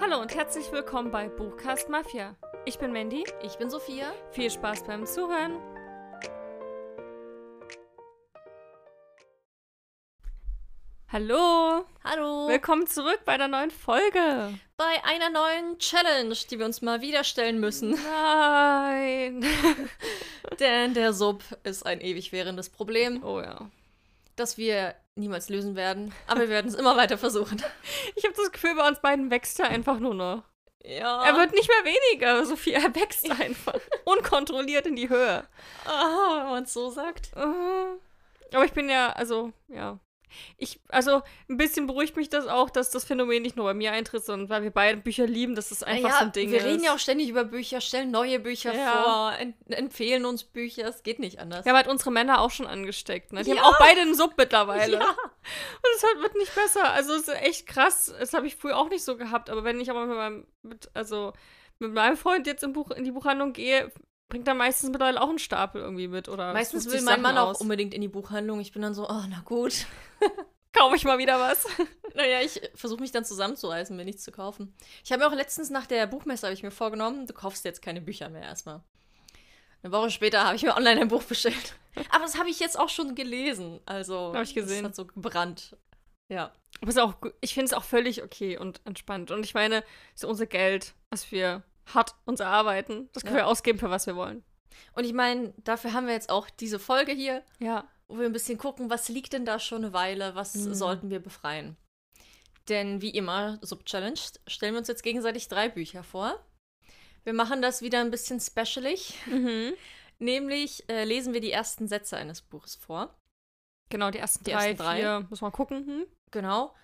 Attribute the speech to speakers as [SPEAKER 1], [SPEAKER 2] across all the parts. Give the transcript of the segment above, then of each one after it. [SPEAKER 1] Hallo und herzlich willkommen bei Buchcast Mafia. Ich bin Mandy.
[SPEAKER 2] Ich bin Sophia.
[SPEAKER 1] Viel Spaß beim Zuhören. Hallo,
[SPEAKER 2] Hallo.
[SPEAKER 1] willkommen zurück bei der neuen Folge.
[SPEAKER 2] Bei einer neuen Challenge, die wir uns mal wieder stellen müssen.
[SPEAKER 1] Nein.
[SPEAKER 2] Denn der Sub ist ein ewig währendes Problem,
[SPEAKER 1] Oh ja.
[SPEAKER 2] das wir niemals lösen werden. Aber wir werden es immer weiter versuchen.
[SPEAKER 1] Ich habe das Gefühl, bei uns beiden wächst er einfach nur noch.
[SPEAKER 2] Ja.
[SPEAKER 1] Er wird nicht mehr weniger, Sophie. Er wächst einfach unkontrolliert in die Höhe.
[SPEAKER 2] ah, wenn man es so sagt.
[SPEAKER 1] Aha. Aber ich bin ja, also, ja. Ich, also, ein bisschen beruhigt mich das auch, dass das Phänomen nicht nur bei mir eintritt, sondern weil wir beide Bücher lieben, dass das einfach so ein Ding
[SPEAKER 2] wir
[SPEAKER 1] ist.
[SPEAKER 2] reden Ah ja auch ständig über Bücher, stellen neue Bücher
[SPEAKER 1] Ja.
[SPEAKER 2] vor, en empfehlen uns Bücher. Es geht nicht anders.
[SPEAKER 1] ja, aber hat halt unsere Männer auch schon angesteckt. Ne? Die
[SPEAKER 2] Ja.
[SPEAKER 1] haben auch beide einen Sub mittlerweile.
[SPEAKER 2] Ja.
[SPEAKER 1] Und es halt wird nicht besser. Also, es ist echt krass. Das habe ich früher auch nicht so gehabt. Aber wenn ich aber mit meinem, mit, also, mit meinem Freund jetzt im Buch, in die Buchhandlung gehe, bringt er meistens mittlerweile auch einen Stapel irgendwie mit. Oder
[SPEAKER 2] Meistens
[SPEAKER 1] sucht sich
[SPEAKER 2] will mein
[SPEAKER 1] Sachen
[SPEAKER 2] Mann
[SPEAKER 1] aus.
[SPEAKER 2] auch um- unbedingt in die Buchhandlung. Ich bin dann so, oh, na gut.
[SPEAKER 1] Kaufe ich mal wieder was.
[SPEAKER 2] Naja, ich versuche mich dann zusammenzureißen, mir nichts zu kaufen. Ich habe mir auch letztens nach der Buchmesse habe ich mir vorgenommen, du kaufst jetzt keine Bücher mehr erstmal. Eine Woche später habe ich mir online ein Buch bestellt. Aber das habe ich jetzt auch schon gelesen. Also,
[SPEAKER 1] Hab ich gesehen.
[SPEAKER 2] das hat so gebrannt. Ja.
[SPEAKER 1] Aber es ist auch, gu- ich finde es auch völlig okay und entspannt. Und ich meine, so unser Geld, was wir hart uns erarbeiten, das können
[SPEAKER 2] Ja.
[SPEAKER 1] wir ausgeben, für was wir wollen.
[SPEAKER 2] Und ich meine, dafür haben wir jetzt auch diese Folge hier,
[SPEAKER 1] Ja.
[SPEAKER 2] wo wir ein bisschen gucken, was liegt denn da schon eine Weile, was
[SPEAKER 1] Mhm.
[SPEAKER 2] sollten wir befreien. Denn wie immer, Sub-Challenge, stellen wir uns jetzt gegenseitig drei Bücher vor. Wir machen das wieder ein bisschen specialig.
[SPEAKER 1] Mhm.
[SPEAKER 2] Nämlich äh, lesen wir die ersten Sätze eines Buches vor.
[SPEAKER 1] Genau, die ersten
[SPEAKER 2] Die
[SPEAKER 1] drei,
[SPEAKER 2] ersten drei.
[SPEAKER 1] vier, muss man gucken. Hm?
[SPEAKER 2] Genau.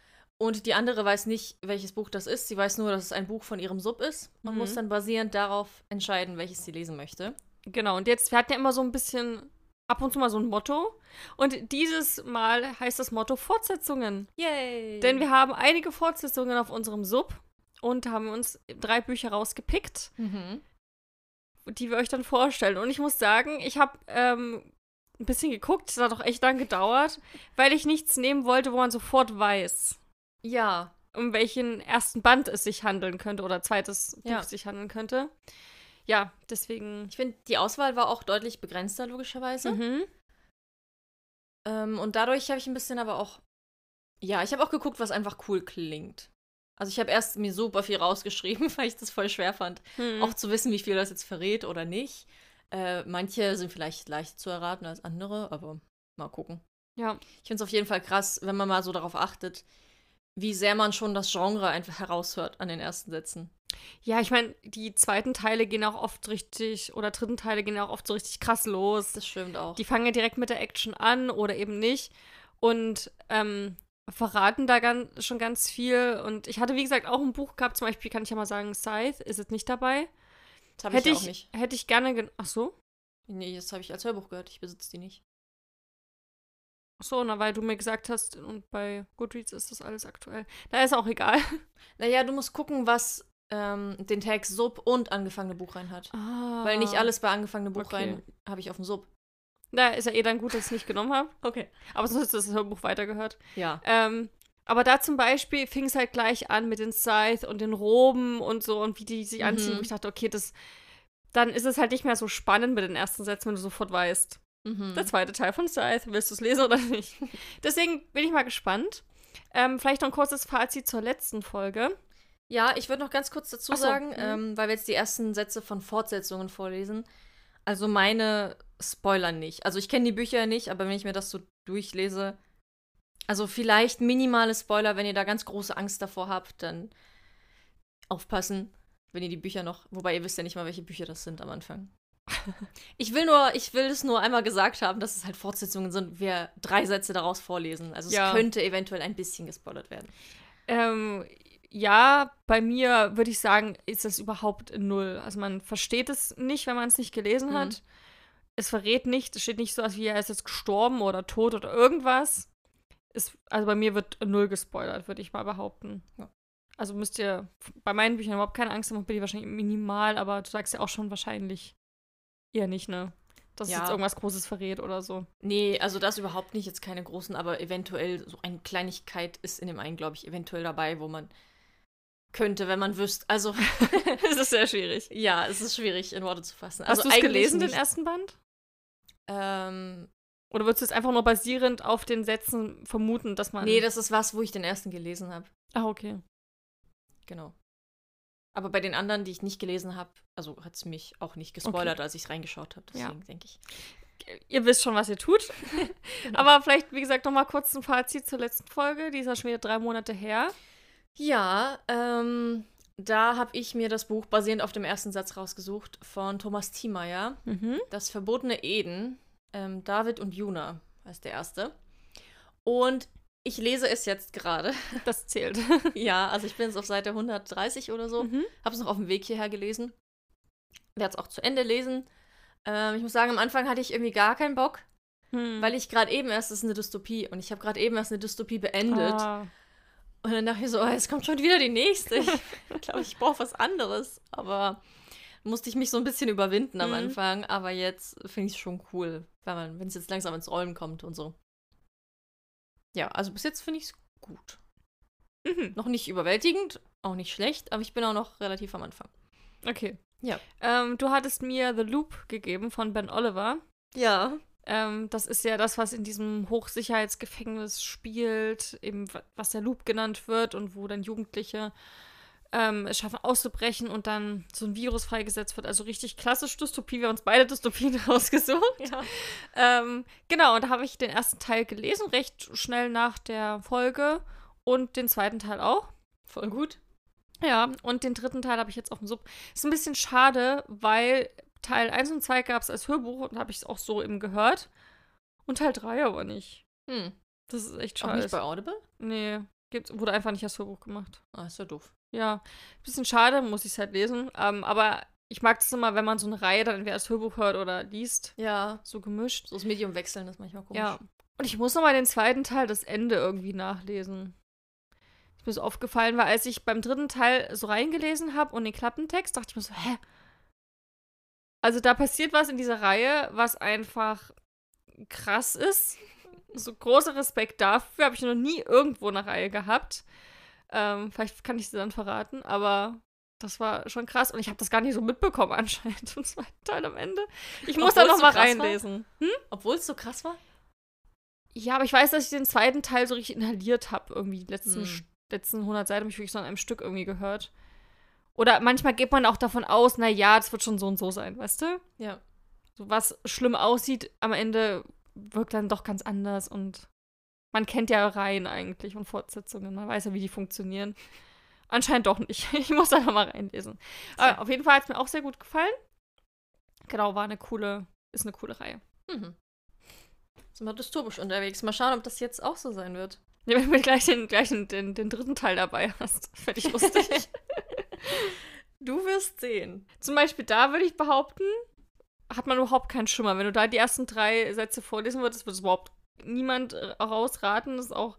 [SPEAKER 2] Und die andere weiß nicht, welches Buch das ist. Sie weiß nur, dass es ein Buch von ihrem Sub ist und
[SPEAKER 1] Mhm.
[SPEAKER 2] muss dann basierend darauf entscheiden, welches sie lesen möchte.
[SPEAKER 1] Genau, und jetzt, wir hatten ja immer so ein bisschen ab und zu mal so ein Motto. Und dieses Mal heißt das Motto Fortsetzungen.
[SPEAKER 2] Yay!
[SPEAKER 1] Denn wir haben einige Fortsetzungen auf unserem Sub und haben uns drei Bücher rausgepickt.
[SPEAKER 2] Mhm.
[SPEAKER 1] die wir euch dann vorstellen. Und ich muss sagen, ich habe ähm, ein bisschen geguckt, es hat auch echt lang gedauert, weil ich nichts nehmen wollte, wo man sofort weiß,
[SPEAKER 2] Ja.
[SPEAKER 1] um welchen ersten Band es sich handeln könnte oder zweites Buch
[SPEAKER 2] Ja.
[SPEAKER 1] sich handeln könnte. Ja, deswegen.
[SPEAKER 2] Ich finde, die Auswahl war auch deutlich begrenzter, logischerweise.
[SPEAKER 1] Mhm.
[SPEAKER 2] Ähm, und dadurch habe ich ein bisschen aber auch. Ja, ich habe auch geguckt, was einfach cool klingt. Also ich habe erst mir super viel rausgeschrieben, weil ich das voll schwer fand.
[SPEAKER 1] Mhm.
[SPEAKER 2] auch zu wissen, wie viel das jetzt verrät oder nicht. Äh, manche sind vielleicht leicht zu erraten als andere, aber mal gucken.
[SPEAKER 1] ja.
[SPEAKER 2] Ich finde es auf jeden Fall krass, wenn man mal so darauf achtet, wie sehr man schon das Genre einfach heraushört an den ersten Sätzen.
[SPEAKER 1] ja, ich meine, die zweiten Teile gehen auch oft richtig, oder dritten Teile gehen auch oft so richtig krass los.
[SPEAKER 2] Das stimmt auch.
[SPEAKER 1] Die fangen ja direkt mit der Action an oder eben nicht und ähm, verraten da gan schon ganz viel. Und ich hatte, wie gesagt, auch ein Buch gehabt, zum Beispiel kann ich ja mal sagen, Scythe ist jetzt nicht dabei.
[SPEAKER 2] das habe ich,
[SPEAKER 1] hätte
[SPEAKER 2] ja
[SPEAKER 1] ich,
[SPEAKER 2] auch nicht.
[SPEAKER 1] hätte ich gerne, gen- ach so,
[SPEAKER 2] Nee, das habe ich als Hörbuch gehört. Ich besitze die nicht.
[SPEAKER 1] ach so, na, weil du mir gesagt hast, und bei Goodreads ist das alles aktuell. Na, ist auch egal.
[SPEAKER 2] Naja, du musst gucken, was ähm, den Tag Sub und angefangene Buchreihen hat.
[SPEAKER 1] Ah.
[SPEAKER 2] Weil nicht alles bei angefangene
[SPEAKER 1] Okay.
[SPEAKER 2] Buchreihen habe ich auf dem Sub.
[SPEAKER 1] Na, ist ja eh dann gut, dass ich es nicht genommen habe.
[SPEAKER 2] Okay.
[SPEAKER 1] Aber sonst ist das Hörbuch weitergehört.
[SPEAKER 2] Ja.
[SPEAKER 1] Ähm, aber da zum Beispiel fing es halt gleich an mit den Scythe und den Roben und so und wie die sich anziehen.
[SPEAKER 2] Mhm.
[SPEAKER 1] Wo ich dachte, okay, das. Dann ist es halt nicht mehr so spannend mit den ersten Sätzen, wenn du sofort weißt.
[SPEAKER 2] Mhm.
[SPEAKER 1] Der zweite Teil von Scythe, willst du es lesen oder nicht? Deswegen bin ich mal gespannt. Ähm, vielleicht noch ein kurzes Fazit zur letzten Folge.
[SPEAKER 2] Ja, ich würde noch ganz kurz dazu
[SPEAKER 1] Ach so,
[SPEAKER 2] sagen,
[SPEAKER 1] mhm.
[SPEAKER 2] ähm, weil wir jetzt die ersten Sätze von Fortsetzungen vorlesen. Also meine spoilern nicht. Also ich kenne die Bücher nicht, aber wenn ich mir das so durchlese, also vielleicht minimale Spoiler, wenn ihr da ganz große Angst davor habt, dann aufpassen, wenn ihr die Bücher noch, wobei ihr wisst ja nicht mal, welche Bücher das sind am Anfang. ich will nur, ich will es nur einmal gesagt haben, dass es halt Fortsetzungen sind, wir drei Sätze daraus vorlesen. Also
[SPEAKER 1] Ja.
[SPEAKER 2] es könnte eventuell ein bisschen gespoilert werden.
[SPEAKER 1] Ähm, ja, bei mir würde ich sagen, ist das überhaupt null. Also man versteht es nicht, wenn man es nicht gelesen
[SPEAKER 2] Mhm.
[SPEAKER 1] hat. Es verrät nicht, es steht nicht so, als wie er ist jetzt gestorben oder tot oder irgendwas. Es, also bei mir wird null gespoilert, würde ich mal behaupten.
[SPEAKER 2] Ja.
[SPEAKER 1] Also müsst ihr bei meinen Büchern überhaupt keine Angst haben, bin ich wahrscheinlich minimal, aber du sagst ja auch schon wahrscheinlich eher nicht, ne? Dass es
[SPEAKER 2] Ja.
[SPEAKER 1] jetzt irgendwas Großes verrät oder so.
[SPEAKER 2] Nee, also das überhaupt nicht, jetzt keine großen, aber eventuell so eine Kleinigkeit ist in dem einen, glaube ich, eventuell dabei, wo man könnte, wenn man wüsste. Also,
[SPEAKER 1] Es ist sehr schwierig.
[SPEAKER 2] ja, es ist schwierig in Worte zu fassen.
[SPEAKER 1] Hast
[SPEAKER 2] also,
[SPEAKER 1] du es
[SPEAKER 2] eigentlich
[SPEAKER 1] gelesen, den
[SPEAKER 2] nicht.
[SPEAKER 1] ersten Band?
[SPEAKER 2] Ähm,
[SPEAKER 1] Oder würdest du es einfach nur basierend auf den Sätzen vermuten, dass man.
[SPEAKER 2] nee, das ist was, wo ich den ersten gelesen habe.
[SPEAKER 1] Ah, okay.
[SPEAKER 2] Genau. Aber bei den anderen, die ich nicht gelesen habe, also hat es mich auch nicht gespoilert, als ich reingeschaut habe.
[SPEAKER 1] Ja.
[SPEAKER 2] Deswegen denke ich.
[SPEAKER 1] Ihr wisst schon, was ihr tut. Aber vielleicht, wie gesagt, nochmal kurz ein Fazit zur letzten Folge. Die ist ja schon wieder drei Monate her.
[SPEAKER 2] Ja, ähm, da habe ich mir das Buch basierend auf dem ersten Satz rausgesucht von Thomas Thiemeyer.
[SPEAKER 1] Mhm.
[SPEAKER 2] Das verbotene Eden, ähm, David und Juna heißt der erste. Und ich lese es jetzt gerade.
[SPEAKER 1] Das zählt.
[SPEAKER 2] ja, also ich bin jetzt auf Seite 130 oder so.
[SPEAKER 1] Mhm.
[SPEAKER 2] Habe es noch auf dem Weg hierher gelesen. Werde es auch zu Ende lesen. Ähm, ich muss sagen, am Anfang hatte ich irgendwie gar keinen Bock,
[SPEAKER 1] Hm.
[SPEAKER 2] weil ich gerade eben erst, das ist eine Dystopie, und ich habe gerade eben erst eine Dystopie beendet.
[SPEAKER 1] Ah.
[SPEAKER 2] Und dann dachte ich so, oh, jetzt kommt schon wieder die nächste. Ich glaube, ich brauche was anderes. Aber musste ich mich so ein bisschen überwinden am
[SPEAKER 1] Mhm.
[SPEAKER 2] Anfang. Aber jetzt finde ich es schon cool, wenn man, wenn es jetzt langsam ins Rollen kommt und so. Ja, also bis jetzt finde ich es gut.
[SPEAKER 1] Mhm.
[SPEAKER 2] Noch nicht überwältigend, auch nicht schlecht, aber ich bin auch noch relativ am Anfang.
[SPEAKER 1] Okay.
[SPEAKER 2] Ja.
[SPEAKER 1] Ähm, du hattest mir The Loop gegeben von Ben Oliver.
[SPEAKER 2] Ja.
[SPEAKER 1] Ähm, das ist ja das, was in diesem Hochsicherheitsgefängnis spielt, eben wa- was der Loop genannt wird und wo dann Jugendliche ähm, es schaffen auszubrechen und dann so ein Virus freigesetzt wird. Also richtig klassisch Dystopie. Wir haben uns beide Dystopien rausgesucht.
[SPEAKER 2] ja.
[SPEAKER 1] Ähm, genau, und da habe ich den ersten Teil gelesen, recht schnell nach der Folge und den zweiten Teil auch.
[SPEAKER 2] Voll gut.
[SPEAKER 1] Ja, und den dritten Teil habe ich jetzt auf dem Sub. Ist ein bisschen schade, weil Teil 1 und 2 gab es als Hörbuch und habe ich es auch so eben gehört. Und Teil 3 aber nicht.
[SPEAKER 2] Hm.
[SPEAKER 1] Das ist echt
[SPEAKER 2] Auch nicht bei
[SPEAKER 1] schade.
[SPEAKER 2] Audible?
[SPEAKER 1] Nee, gibt's, wurde einfach nicht als Hörbuch gemacht.
[SPEAKER 2] Ah, ist ja doof.
[SPEAKER 1] Ja, bisschen schade, muss ich es halt lesen. Ähm, aber ich mag das immer, wenn man so eine Reihe dann entweder als Hörbuch hört oder liest.
[SPEAKER 2] Ja.
[SPEAKER 1] So gemischt.
[SPEAKER 2] So das Medium wechseln ist manchmal komisch.
[SPEAKER 1] Ja. Und ich muss nochmal den zweiten Teil, das Ende irgendwie nachlesen. Ist mir so aufgefallen, weil als ich beim dritten Teil so reingelesen habe und den Klappentext, dachte ich mir so, hä? Also da passiert was in dieser Reihe, was einfach krass ist. So großer Respekt dafür habe ich noch nie irgendwo eine Reihe gehabt. Ähm, vielleicht kann ich sie dann verraten, aber das war schon krass und ich habe das gar nicht so mitbekommen anscheinend im zweiten Teil am Ende. Ich muss da
[SPEAKER 2] Obwohl es
[SPEAKER 1] noch
[SPEAKER 2] so
[SPEAKER 1] mal
[SPEAKER 2] krass war?
[SPEAKER 1] reinlesen.
[SPEAKER 2] Obwohl es so krass war?
[SPEAKER 1] Ja, aber ich weiß, dass ich den zweiten Teil so richtig inhaliert habe, irgendwie die letzten,
[SPEAKER 2] Hm.
[SPEAKER 1] Sch- letzten 100 Seiten, habe ich wirklich so an einem Stück irgendwie gehört. Oder manchmal geht man auch davon aus, na ja, das wird schon so und so sein, weißt du?
[SPEAKER 2] Ja.
[SPEAKER 1] So was schlimm aussieht, am Ende wirkt dann doch ganz anders und man kennt ja Reihen eigentlich und Fortsetzungen, man weiß ja, wie die funktionieren. Anscheinend doch nicht. Ich muss da noch mal reinlesen. Aber auf jeden Fall hat es mir auch sehr gut gefallen. Genau, war eine coole, ist eine coole Reihe.
[SPEAKER 2] Mhm. Sind wir dystopisch unterwegs. Mal schauen, ob das jetzt auch so sein wird.
[SPEAKER 1] Ja, wenn du gleich den, gleich den, den, den dritten Teil dabei hast, fände ich lustig.
[SPEAKER 2] Du wirst sehen.
[SPEAKER 1] Zum Beispiel da würde ich behaupten, hat man überhaupt keinen Schimmer. Wenn du da die ersten drei Sätze vorlesen würdest, würde es überhaupt niemand äh, rausraten. Das ist auch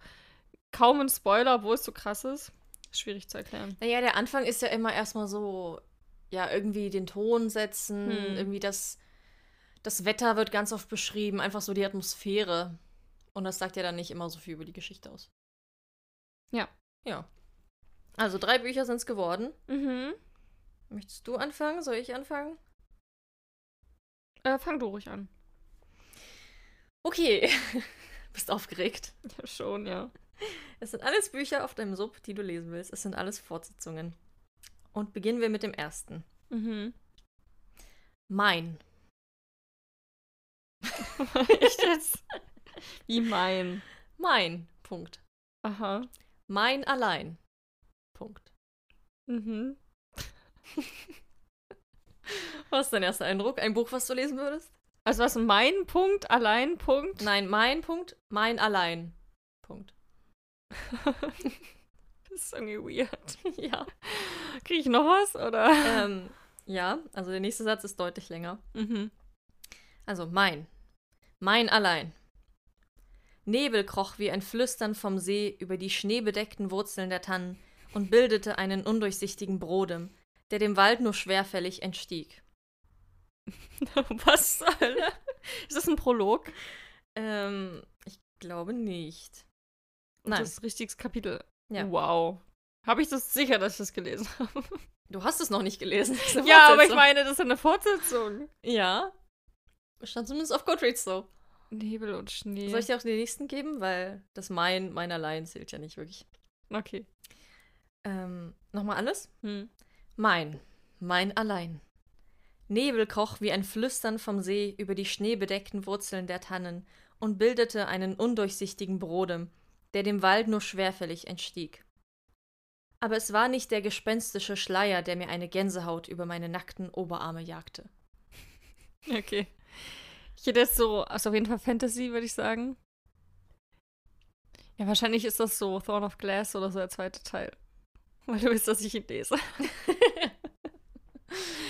[SPEAKER 1] kaum ein Spoiler, obwohl es so krass ist. Schwierig zu erklären.
[SPEAKER 2] Naja, der Anfang ist ja immer erstmal so, ja, irgendwie den Ton setzen,
[SPEAKER 1] Hm.
[SPEAKER 2] irgendwie das, das Wetter wird ganz oft beschrieben, einfach so die Atmosphäre. Und das sagt ja dann nicht immer so viel über die Geschichte aus.
[SPEAKER 1] Ja.
[SPEAKER 2] Ja. Also drei Bücher sind es geworden.
[SPEAKER 1] Mhm.
[SPEAKER 2] Möchtest du anfangen? Soll ich anfangen?
[SPEAKER 1] Äh, fang du ruhig an.
[SPEAKER 2] Okay. Bist aufgeregt.
[SPEAKER 1] Ja, schon, ja.
[SPEAKER 2] Es sind alles Bücher auf deinem Sub, die du lesen willst. Es sind alles Fortsetzungen. Und beginnen wir mit dem ersten.
[SPEAKER 1] Mhm.
[SPEAKER 2] Mein.
[SPEAKER 1] ich jetzt. Wie mein.
[SPEAKER 2] Mein. Punkt.
[SPEAKER 1] Aha.
[SPEAKER 2] Mein allein. Punkt.
[SPEAKER 1] Mhm.
[SPEAKER 2] Was ist dein erster Eindruck? Ein Buch, was du lesen würdest?
[SPEAKER 1] Also was mein Punkt, allein Punkt.
[SPEAKER 2] Nein, mein Punkt. Mein allein. Punkt.
[SPEAKER 1] Das ist irgendwie weird.
[SPEAKER 2] ja.
[SPEAKER 1] Kriege ich noch was, oder?
[SPEAKER 2] Ähm, ja, also der nächste Satz ist deutlich länger.
[SPEAKER 1] Mhm.
[SPEAKER 2] Also mein. Mein allein. Nebel kroch wie ein Flüstern vom See über die schneebedeckten Wurzeln der Tannen und bildete einen undurchsichtigen Brodem, der dem Wald nur schwerfällig entstieg.
[SPEAKER 1] Was zur Hölle? Ist das ein Prolog?
[SPEAKER 2] Ähm, ich glaube nicht.
[SPEAKER 1] Und
[SPEAKER 2] Nein.
[SPEAKER 1] Das ist ein richtiges Kapitel.
[SPEAKER 2] Ja.
[SPEAKER 1] Wow. Habe ich das sicher, dass ich das gelesen habe?
[SPEAKER 2] Du hast es noch nicht gelesen. also das ist eine
[SPEAKER 1] Ja, aber ich
[SPEAKER 2] Fortsetzung.
[SPEAKER 1] meine, das ist eine Fortsetzung.
[SPEAKER 2] Ja. Stand zumindest auf Goodreads so.
[SPEAKER 1] Nebel und Schnee.
[SPEAKER 2] Soll ich dir auch den nächsten geben? Weil das mein, mein allein zählt ja nicht wirklich.
[SPEAKER 1] okay.
[SPEAKER 2] Ähm, nochmal alles?
[SPEAKER 1] Hm.
[SPEAKER 2] Mein, mein allein. Nebel kroch wie ein Flüstern vom See über die schneebedeckten Wurzeln der Tannen und bildete einen undurchsichtigen Brodem, der dem Wald nur schwerfällig entstieg. Aber es war nicht der gespenstische Schleier, der mir eine Gänsehaut über meine nackten Oberarme jagte.
[SPEAKER 1] Okay. Hier, das ist so, also auf jeden Fall Fantasy, würde ich sagen. Ja, wahrscheinlich ist das so Thorn of Glass oder so der zweite Teil. Weil du willst, dass ich ihn lese.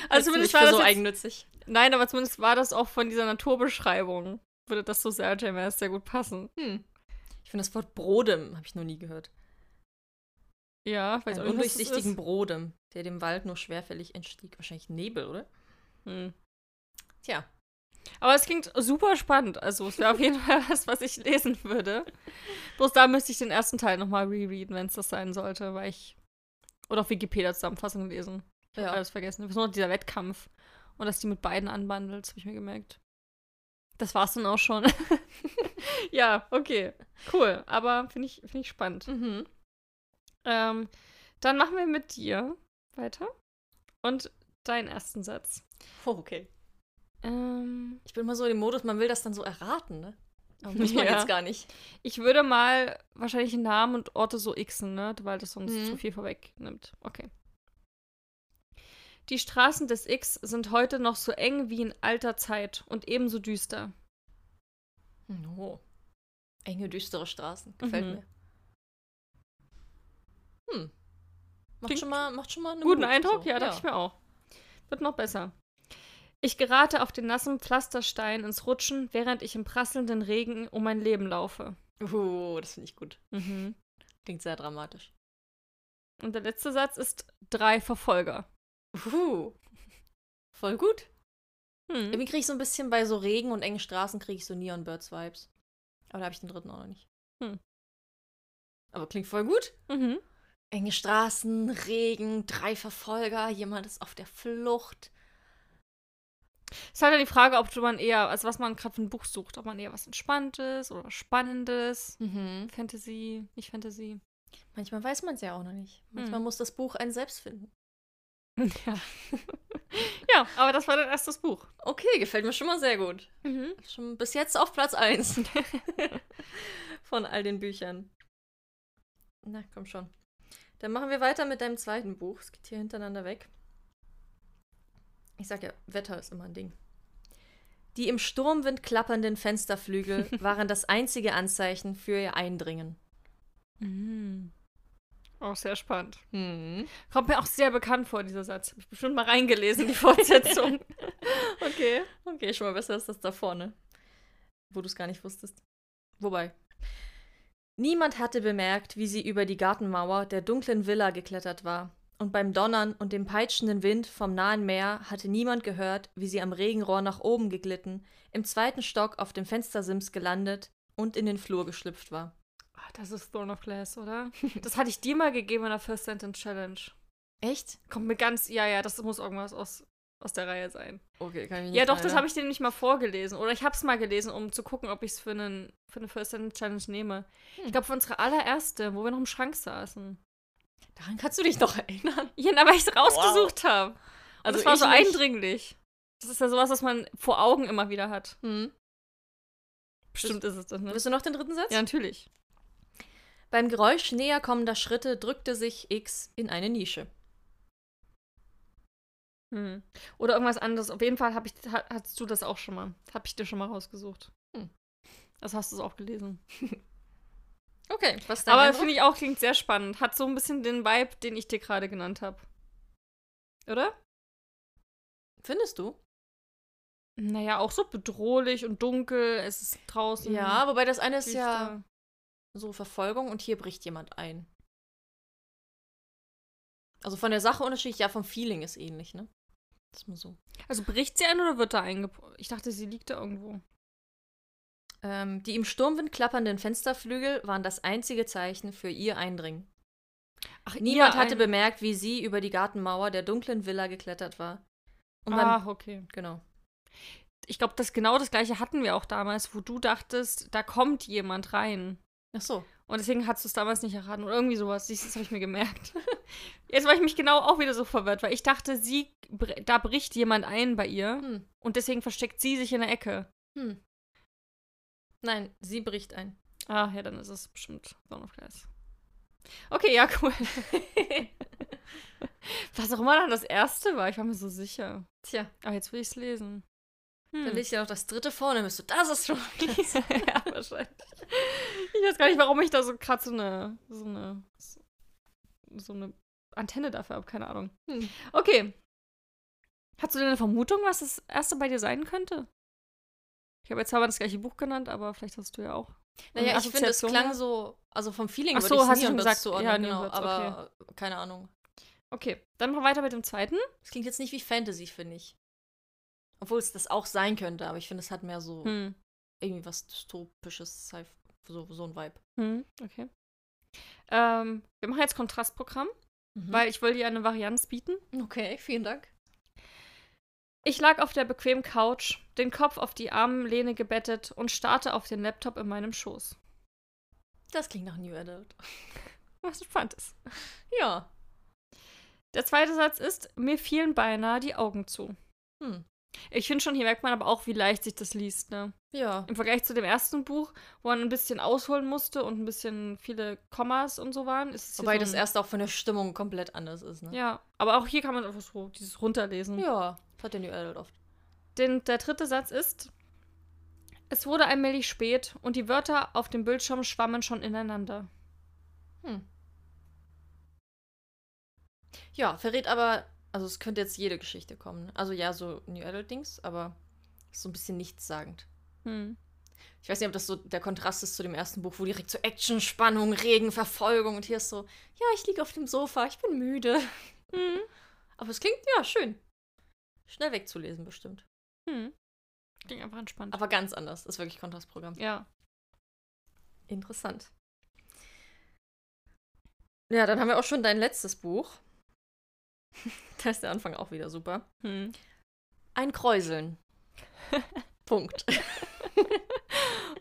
[SPEAKER 1] also
[SPEAKER 2] bin
[SPEAKER 1] zumindest
[SPEAKER 2] ich
[SPEAKER 1] war das
[SPEAKER 2] so
[SPEAKER 1] jetzt,
[SPEAKER 2] eigennützig.
[SPEAKER 1] Nein, aber zumindest war das auch von dieser Naturbeschreibung. Würde das so sehr, JMS, sehr gut passen.
[SPEAKER 2] Hm. Ich finde das Wort Brodem habe ich noch nie gehört.
[SPEAKER 1] Ja, weiß auch nicht,
[SPEAKER 2] Einen
[SPEAKER 1] was das
[SPEAKER 2] undurchsichtigen
[SPEAKER 1] ist.
[SPEAKER 2] Brodem, der dem Wald nur schwerfällig entstieg. Wahrscheinlich Nebel, oder?
[SPEAKER 1] Hm.
[SPEAKER 2] Tja.
[SPEAKER 1] Aber es klingt super spannend. Also, es wäre auf jeden Fall was, was ich lesen würde. Bloß da müsste ich den ersten Teil nochmal rereaden, wenn es das sein sollte, weil ich. Oder auf Wikipedia-Zusammenfassung lesen. Ich hab
[SPEAKER 2] Ja.
[SPEAKER 1] alles vergessen. Das ist nur noch dieser Wettkampf. Und dass die mit beiden anbandelt, habe ich mir gemerkt. Das war's dann auch schon. ja, okay. Cool. Aber finde ich, find ich spannend.
[SPEAKER 2] Mhm.
[SPEAKER 1] Ähm, dann machen wir mit dir weiter. Und deinen ersten Satz.
[SPEAKER 2] Oh, okay.
[SPEAKER 1] Ähm, oh,
[SPEAKER 2] Ich bin immer so im Modus, man will das dann so erraten, ne? Aber muss man
[SPEAKER 1] Ja.
[SPEAKER 2] jetzt gar nicht.
[SPEAKER 1] Ich würde mal wahrscheinlich den Namen und Orte so xen, ne? Weil das sonst
[SPEAKER 2] Mhm.
[SPEAKER 1] zu viel vorwegnimmt. Okay. Die Straßen des X sind heute noch so eng wie in alter Zeit und ebenso düster.
[SPEAKER 2] Oh. Enge, düstere Straßen. Gefällt
[SPEAKER 1] Mhm.
[SPEAKER 2] mir. Hm. Macht
[SPEAKER 1] Klingt-
[SPEAKER 2] schon, mal, macht schon mal einen
[SPEAKER 1] Guten Eindruck? Ja, dachte ich mir auch. Wird noch besser. Ich gerate auf den nassen Pflasterstein ins Rutschen, während ich im prasselnden Regen um mein Leben laufe.
[SPEAKER 2] mir. Oh, das finde ich gut.
[SPEAKER 1] Mhm.
[SPEAKER 2] Klingt sehr dramatisch.
[SPEAKER 1] Und der letzte Satz ist drei Verfolger.
[SPEAKER 2] Uh. Voll gut.
[SPEAKER 1] Hm.
[SPEAKER 2] Irgendwie kriege ich so ein bisschen bei so Regen und engen Straßen kriege ich so Neon Birds Vibes. Aber da habe ich den dritten auch noch nicht.
[SPEAKER 1] Hm.
[SPEAKER 2] Aber klingt voll gut.
[SPEAKER 1] Mhm.
[SPEAKER 2] Enge Straßen, Regen, drei Verfolger, jemand ist auf der Flucht.
[SPEAKER 1] Ist halt dann die Frage, ob man eher, also was man gerade für ein Buch sucht, ob man eher was Entspanntes oder Spannendes.
[SPEAKER 2] Mhm.
[SPEAKER 1] Fantasy, nicht Fantasy.
[SPEAKER 2] Manchmal weiß man es ja auch noch nicht. Manchmal
[SPEAKER 1] Hm.
[SPEAKER 2] muss das Buch einen selbst finden.
[SPEAKER 1] Ja. ja, aber das war dein erstes Buch.
[SPEAKER 2] Okay, gefällt mir schon mal sehr gut.
[SPEAKER 1] Mhm.
[SPEAKER 2] Schon bis jetzt auf Platz 1 von all den Büchern. Na, komm schon. Dann machen wir weiter mit deinem zweiten Buch. Es geht hier hintereinander weg. Ich sag ja, Wetter ist immer ein Ding. Die im Sturmwind klappernden Fensterflügel waren das einzige Anzeichen für ihr Eindringen.
[SPEAKER 1] Auch Mhm. Oh, sehr spannend. Kommt mir auch sehr bekannt vor, dieser Satz. Habe ich bestimmt mal reingelesen, die Fortsetzung. okay.
[SPEAKER 2] Okay, schon mal besser als das da vorne, wo du es gar nicht wusstest. Wobei. Niemand hatte bemerkt, wie sie über die Gartenmauer der dunklen Villa geklettert war. Und beim Donnern und dem peitschenden Wind vom nahen Meer hatte niemand gehört, wie sie am Regenrohr nach oben geglitten, im zweiten Stock auf dem Fenstersims gelandet und in den Flur geschlüpft war.
[SPEAKER 1] Ah, das ist Throne of Glass, oder? Das hatte ich dir mal gegeben in der First Sentence Challenge.
[SPEAKER 2] Echt?
[SPEAKER 1] Kommt mir ganz, ja, ja, das muss irgendwas aus, aus der Reihe sein.
[SPEAKER 2] Okay, kann ich
[SPEAKER 1] Ja, doch, das habe ich dir nämlich mal vorgelesen. Oder ich habe es mal gelesen, um zu gucken, ob ich es für, einen- für eine First Sentence Challenge nehme.
[SPEAKER 2] Hm.
[SPEAKER 1] Ich glaube, für unsere allererste, wo wir noch im Schrank saßen.
[SPEAKER 2] Daran kannst du dich noch erinnern.
[SPEAKER 1] Ja, na, weil ich es rausgesucht habe. Also
[SPEAKER 2] Also
[SPEAKER 1] das war
[SPEAKER 2] ich
[SPEAKER 1] so
[SPEAKER 2] nicht.
[SPEAKER 1] eindringlich. Das ist ja sowas, was man vor Augen immer wieder hat.
[SPEAKER 2] Hm.
[SPEAKER 1] Bestimmt ist es das, ne?
[SPEAKER 2] Willst du noch den dritten Satz?
[SPEAKER 1] Ja, natürlich.
[SPEAKER 2] Beim Geräusch näher kommender Schritte drückte sich X in eine Nische.
[SPEAKER 1] Hm. Oder irgendwas anderes. Auf jeden Fall hab ich, ha- hattest du das auch schon mal. Hab ich dir schon mal rausgesucht.
[SPEAKER 2] Hm.
[SPEAKER 1] Also hast du es auch gelesen.
[SPEAKER 2] Okay, was ist dein
[SPEAKER 1] Aber
[SPEAKER 2] Eindruck?
[SPEAKER 1] finde ich auch, klingt sehr spannend. Hat so ein bisschen den Vibe, den ich dir gerade genannt habe. Oder?
[SPEAKER 2] findest du?
[SPEAKER 1] Naja, auch so bedrohlich und dunkel. Es ist draußen.
[SPEAKER 2] Ja, wobei das eine ist ja
[SPEAKER 1] düster.
[SPEAKER 2] so Verfolgung und hier bricht jemand ein. Also von der Sache unterschiedlich, ja, vom Feeling ist ähnlich, ne? Das ist mal so.
[SPEAKER 1] Also bricht sie ein oder wird da eingebrochen? Ich dachte, sie liegt da irgendwo.
[SPEAKER 2] Ähm, die im Sturmwind klappernden Fensterflügel waren das einzige Zeichen für ihr Eindringen.
[SPEAKER 1] Ach,
[SPEAKER 2] Niemand
[SPEAKER 1] ihr
[SPEAKER 2] hatte
[SPEAKER 1] ein-
[SPEAKER 2] bemerkt, wie sie über die Gartenmauer der dunklen Villa geklettert war. Und beim,
[SPEAKER 1] Ach, Ah, okay.
[SPEAKER 2] genau.
[SPEAKER 1] Ich glaube, das genau das gleiche hatten wir auch damals, wo du dachtest, da kommt jemand rein.
[SPEAKER 2] Ach so.
[SPEAKER 1] Und deswegen hast du es damals nicht erraten oder irgendwie sowas. Siehst du, Das habe ich mir gemerkt. Jetzt war ich mich genau auch wieder so verwirrt, weil ich dachte, sie br- da bricht jemand ein bei ihr
[SPEAKER 2] Hm.
[SPEAKER 1] und deswegen versteckt sie sich in der Ecke.
[SPEAKER 2] Hm. Nein, sie bricht ein.
[SPEAKER 1] Ah, ja, dann ist es bestimmt Dawn of Glass. Okay, ja, cool. Was auch immer dann das erste war, ich war mir so sicher.
[SPEAKER 2] Tja,
[SPEAKER 1] Aber jetzt will ich es lesen. Hm.
[SPEAKER 2] dann liegt ja noch das dritte vorne. Bist du, das ist schon.
[SPEAKER 1] ja, wahrscheinlich. Ich weiß gar nicht, warum ich da so gerade so eine, so eine so eine Antenne dafür habe, keine Ahnung.
[SPEAKER 2] Hm.
[SPEAKER 1] Okay. Hast du denn eine Vermutung, was das erste bei dir sein könnte? Ich habe jetzt zwar das gleiche Buch genannt, aber vielleicht hast du ja auch.
[SPEAKER 2] Naja,
[SPEAKER 1] eine
[SPEAKER 2] ich finde, es
[SPEAKER 1] Assoziation
[SPEAKER 2] klang
[SPEAKER 1] gehabt?
[SPEAKER 2] so, also vom Feeling
[SPEAKER 1] Ach
[SPEAKER 2] würde
[SPEAKER 1] so,
[SPEAKER 2] ich es
[SPEAKER 1] hast du
[SPEAKER 2] nie
[SPEAKER 1] schon
[SPEAKER 2] und das
[SPEAKER 1] gesagt.
[SPEAKER 2] zuordnen,
[SPEAKER 1] Ja,
[SPEAKER 2] genau,
[SPEAKER 1] Neonbirds,
[SPEAKER 2] aber äh, keine Ahnung.
[SPEAKER 1] Okay, dann mal weiter mit dem zweiten.
[SPEAKER 2] Es klingt jetzt nicht wie Fantasy, finde ich. Obwohl es das auch sein könnte, aber ich finde, es hat mehr so
[SPEAKER 1] Hm.
[SPEAKER 2] irgendwie was dystopisches, Sci- so, so ein Vibe.
[SPEAKER 1] Hm, okay. Ähm, wir machen jetzt Kontrastprogramm,
[SPEAKER 2] Mhm.
[SPEAKER 1] weil ich will dir eine Varianz bieten.
[SPEAKER 2] okay, vielen Dank.
[SPEAKER 1] Ich lag auf der bequemen Couch, den Kopf auf die Armlehne gebettet und starrte auf den Laptop in meinem Schoß.
[SPEAKER 2] Das klingt nach New Adult.
[SPEAKER 1] Was du fandest.
[SPEAKER 2] Ja.
[SPEAKER 1] Der zweite Satz ist, mir fielen beinahe die Augen zu.
[SPEAKER 2] Hm.
[SPEAKER 1] Ich finde schon, hier merkt man aber auch, wie leicht sich das liest, ne?
[SPEAKER 2] Ja.
[SPEAKER 1] Im Vergleich zu dem ersten Buch, wo man ein bisschen ausholen musste und ein bisschen viele Kommas und so waren, ist es hier
[SPEAKER 2] Wobei
[SPEAKER 1] so
[SPEAKER 2] das
[SPEAKER 1] ein-
[SPEAKER 2] erste auch von der Stimmung komplett anders ist, ne?
[SPEAKER 1] Ja, aber auch hier kann man einfach so dieses runterlesen.
[SPEAKER 2] Ja. Das hat der New Adult oft.
[SPEAKER 1] Denn der dritte Satz ist: Es wurde allmählich spät und die Wörter auf dem Bildschirm schwammen schon ineinander.
[SPEAKER 2] Hm. Ja, verrät aber, also es könnte jetzt jede Geschichte kommen. Also ja, so New Adult-Dings, aber ist so ein bisschen nichtssagend.
[SPEAKER 1] Hm.
[SPEAKER 2] Ich weiß nicht, ob das so der Kontrast ist zu dem ersten Buch, wo direkt so Action, Spannung, Regen, Verfolgung und hier ist so, ja, ich liege auf dem Sofa, ich bin müde.
[SPEAKER 1] Mhm.
[SPEAKER 2] Aber es klingt ja schön. Schnell wegzulesen bestimmt.
[SPEAKER 1] Hm. Klingt einfach entspannt.
[SPEAKER 2] Aber ganz anders. Ist wirklich Kontrastprogramm.
[SPEAKER 1] ja.
[SPEAKER 2] Interessant. Ja, dann haben wir auch schon dein letztes Buch. da ist der Anfang auch wieder super.
[SPEAKER 1] Hm.
[SPEAKER 2] Ein Kräuseln. Punkt.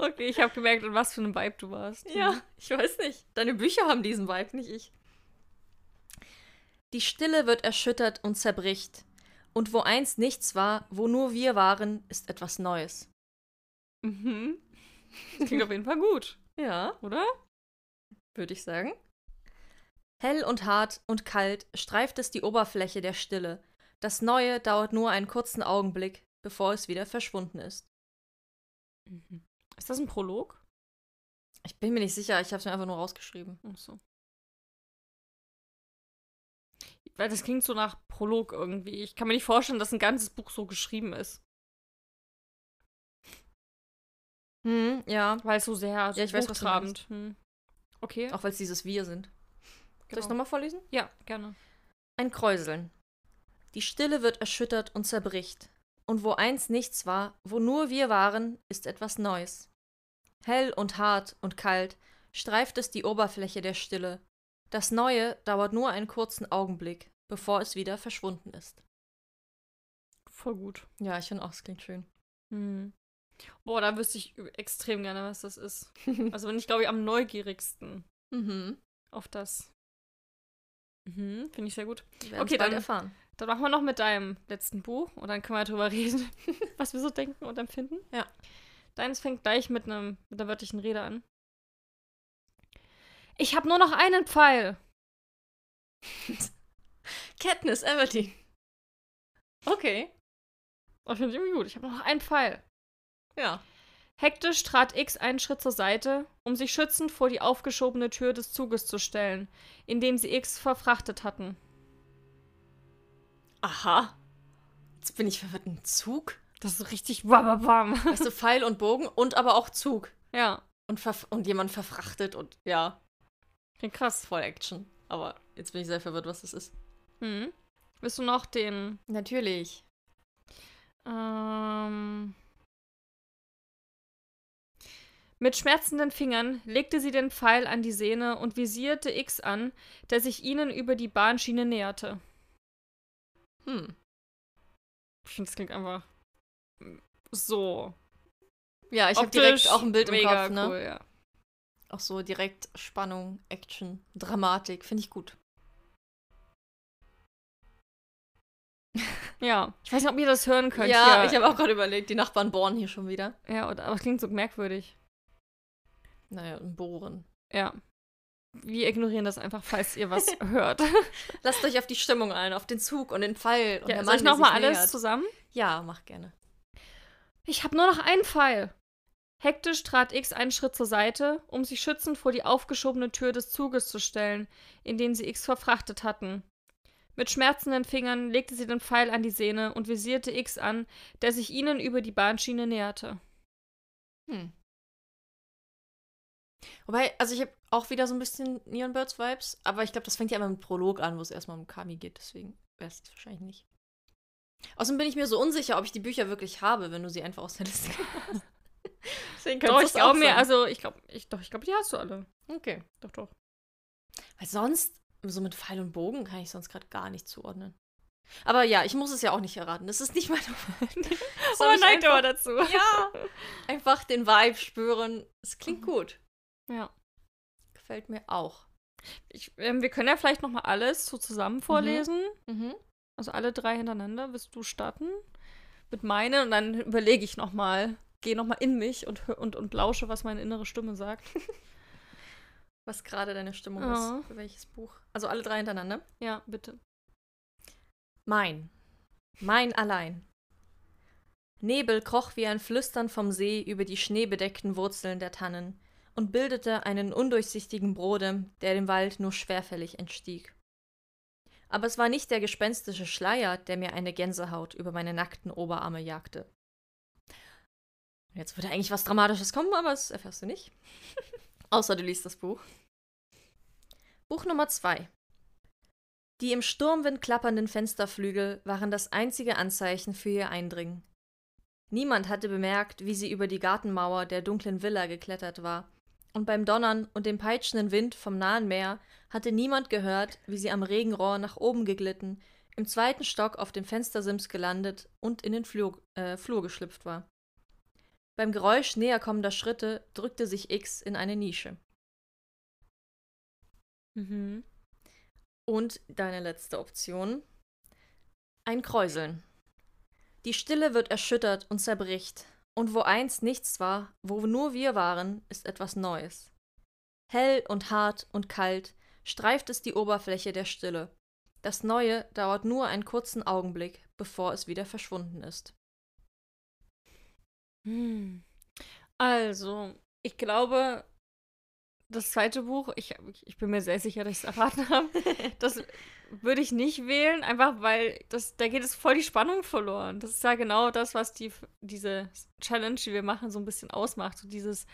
[SPEAKER 1] Okay, ich habe gemerkt, in was für einem Vibe du warst.
[SPEAKER 2] Ja, ich weiß nicht. Deine Bücher haben diesen Vibe, nicht ich. Die Stille wird erschüttert und zerbricht. Und wo einst nichts war, wo nur wir waren, ist etwas Neues.
[SPEAKER 1] Mhm. Das klingt auf jeden Fall gut,
[SPEAKER 2] Ja.
[SPEAKER 1] oder?
[SPEAKER 2] würde ich sagen. Hell und hart und kalt streift es die Oberfläche der Stille. Das Neue dauert nur einen kurzen Augenblick, bevor es wieder verschwunden ist. Mhm.
[SPEAKER 1] Ist das ein Prolog?
[SPEAKER 2] Ich bin mir nicht sicher, ich habe es mir einfach nur rausgeschrieben.
[SPEAKER 1] Ach so. Weil das klingt so nach Prolog irgendwie. Ich kann mir nicht vorstellen, dass ein ganzes Buch so geschrieben ist.
[SPEAKER 2] Hm, ja.
[SPEAKER 1] Weil es so sehr so
[SPEAKER 2] ich weiß, was du
[SPEAKER 1] hochtrabend. hm. Okay.
[SPEAKER 2] Auch weil es dieses Wir sind. Soll ich
[SPEAKER 1] Genau.
[SPEAKER 2] nochmal vorlesen?
[SPEAKER 1] Ja, gerne.
[SPEAKER 2] Ein Kräuseln. Die Stille wird erschüttert und zerbricht. Und wo einst nichts war, wo nur wir waren, ist etwas Neues. Hell und hart und kalt streift es die Oberfläche der Stille. Das Neue dauert nur einen kurzen Augenblick, bevor es wieder verschwunden ist.
[SPEAKER 1] Voll gut.
[SPEAKER 2] Ja, ich finde auch, es klingt schön.
[SPEAKER 1] Hm. Boah, da wüsste ich ü- extrem gerne, was das ist. Also bin ich, glaube ich, am neugierigsten
[SPEAKER 2] mhm.
[SPEAKER 1] auf das. Mhm, finde ich sehr gut.
[SPEAKER 2] okay,
[SPEAKER 1] Okay,
[SPEAKER 2] dann
[SPEAKER 1] dann-
[SPEAKER 2] erfahren.
[SPEAKER 1] Dann machen wir noch mit deinem letzten Buch und dann können wir darüber reden, was wir so denken und empfinden.
[SPEAKER 2] Ja.
[SPEAKER 1] Deines fängt gleich mit, einem, mit einer wörtlichen Rede an. Ich habe nur noch einen Pfeil.
[SPEAKER 2] Katniss Everdeen. Okay,
[SPEAKER 1] Oh, finde ich irgendwie gut. Ich habe nur noch einen Pfeil.
[SPEAKER 2] ja.
[SPEAKER 1] Hektisch trat X einen Schritt zur Seite, um sich schützend vor die aufgeschobene Tür des Zuges zu stellen, in den sie X verfrachtet hatten.
[SPEAKER 2] Aha. Jetzt bin ich verwirrt. Ein Zug?
[SPEAKER 1] Das ist so richtig wababam.
[SPEAKER 2] Weißt du, Pfeil und Bogen und aber auch Zug.
[SPEAKER 1] Ja,
[SPEAKER 2] und, verf und jemand verfrachtet und ja,
[SPEAKER 1] klingt krass.
[SPEAKER 2] voll Action. Aber jetzt bin ich sehr verwirrt, was das ist.
[SPEAKER 1] Hm. Willst du noch den
[SPEAKER 2] Natürlich.
[SPEAKER 1] Ähm. Mit schmerzenden Fingern legte sie den Pfeil an die Sehne und visierte X an, der sich ihnen über die Bahnschiene näherte.
[SPEAKER 2] Hm.
[SPEAKER 1] Ich finde, das klingt einfach so.
[SPEAKER 2] Ja, ich habe direkt
[SPEAKER 1] Optisch
[SPEAKER 2] auch ein Bild im
[SPEAKER 1] mega
[SPEAKER 2] Kopf, ne?
[SPEAKER 1] Cool, ja.
[SPEAKER 2] Auch so direkt Spannung, Action, Dramatik, finde ich gut.
[SPEAKER 1] ja. Ich weiß nicht, ob ihr das hören könnt.
[SPEAKER 2] ja,
[SPEAKER 1] hier.
[SPEAKER 2] ich habe auch gerade überlegt, die Nachbarn bohren hier schon wieder.
[SPEAKER 1] Ja, oder, aber es klingt so merkwürdig.
[SPEAKER 2] Naja, bohren.
[SPEAKER 1] Ja. Wir ignorieren das einfach, falls ihr was hört.
[SPEAKER 2] Lasst euch auf die Stimmung ein, auf den Zug und den Pfeil und
[SPEAKER 1] ja, soll
[SPEAKER 2] der Mann,
[SPEAKER 1] ich
[SPEAKER 2] der
[SPEAKER 1] nochmal
[SPEAKER 2] sich
[SPEAKER 1] alles
[SPEAKER 2] nähert.
[SPEAKER 1] zusammen?
[SPEAKER 2] Ja, mach gerne.
[SPEAKER 1] Ich habe nur noch einen Pfeil. Hektisch trat X einen Schritt zur Seite, um sich schützend vor die aufgeschobene Tür des Zuges zu stellen, in den sie X verfrachtet hatten. Mit schmerzenden Fingern legte sie den Pfeil an die Sehne und visierte X an, der sich ihnen über die Bahnschiene näherte.
[SPEAKER 2] Hm. Wobei, also ich habe auch wieder so ein bisschen Neon Birds Vibes, aber ich glaube, das fängt ja immer mit Prolog an, wo es erstmal um Kami geht, deswegen wäre es wahrscheinlich nicht. Außerdem bin ich mir so unsicher, ob ich die Bücher wirklich habe, wenn du sie einfach aus der Liste hast. deswegen
[SPEAKER 1] Doch, ich glaube mir,
[SPEAKER 2] also.
[SPEAKER 1] also ich glaube, ich, doch, ich glaube, die hast du alle.
[SPEAKER 2] Okay.
[SPEAKER 1] Doch, doch.
[SPEAKER 2] Weil sonst, so mit Pfeil und Bogen kann ich sonst gerade gar nicht zuordnen. Aber ja, ich muss es ja auch nicht erraten. Das ist nicht meine Meinung.
[SPEAKER 1] So
[SPEAKER 2] Soll ich
[SPEAKER 1] neigt aber dazu.
[SPEAKER 2] Ja. Einfach den Vibe spüren. Es klingt gut.
[SPEAKER 1] Ja.
[SPEAKER 2] Gefällt mir auch.
[SPEAKER 1] Ich, ähm, wir können ja vielleicht nochmal alles so zusammen vorlesen.
[SPEAKER 2] Mhm.
[SPEAKER 1] Also alle drei hintereinander. Willst du starten? Mit meinen und dann überlege ich nochmal. Gehe nochmal in mich und, hö- und, und lausche, was meine innere Stimme sagt.
[SPEAKER 2] Was gerade deine Stimmung
[SPEAKER 1] Ja.
[SPEAKER 2] ist. Für welches Buch? Also alle drei hintereinander.
[SPEAKER 1] Ja, bitte.
[SPEAKER 2] Mein. Mein allein. Nebel kroch wie ein Flüstern vom See über die schneebedeckten Wurzeln der Tannen und bildete einen undurchsichtigen Brodem, der dem Wald nur schwerfällig entstieg. Aber es war nicht der gespenstische Schleier, der mir eine Gänsehaut über meine nackten Oberarme jagte. Und Jetzt würde eigentlich was Dramatisches kommen, aber das erfährst du nicht. Außer du liest das Buch. Buch Nummer 2. Die im Sturmwind klappernden Fensterflügel waren das einzige Anzeichen für ihr Eindringen. Niemand hatte bemerkt, wie sie über die Gartenmauer der dunklen Villa geklettert war, und beim Donnern und dem peitschenden Wind vom nahen Meer hatte niemand gehört, wie sie am Regenrohr nach oben geglitten, im zweiten Stock auf dem Fenstersims gelandet und in den Flur, äh, Flur geschlüpft war. Beim Geräusch näher kommender Schritte drückte sich X in eine Nische.
[SPEAKER 1] Mhm.
[SPEAKER 2] Und deine letzte Option. Ein Kräuseln. Die Stille wird erschüttert und zerbricht. Und wo einst nichts war, wo nur wir waren, ist etwas Neues. Hell und hart und kalt streift es die Oberfläche der Stille. Das Neue dauert nur einen kurzen Augenblick, bevor es wieder verschwunden ist.
[SPEAKER 1] Hm. Also, ich glaube, das zweite Buch, ich, ich bin mir sehr sicher, dass ich es erraten habe, das würde ich nicht wählen, einfach weil das, da geht es voll die Spannung verloren. Das ist ja genau das, was die, diese Challenge, die wir machen, so ein bisschen ausmacht. So dieses,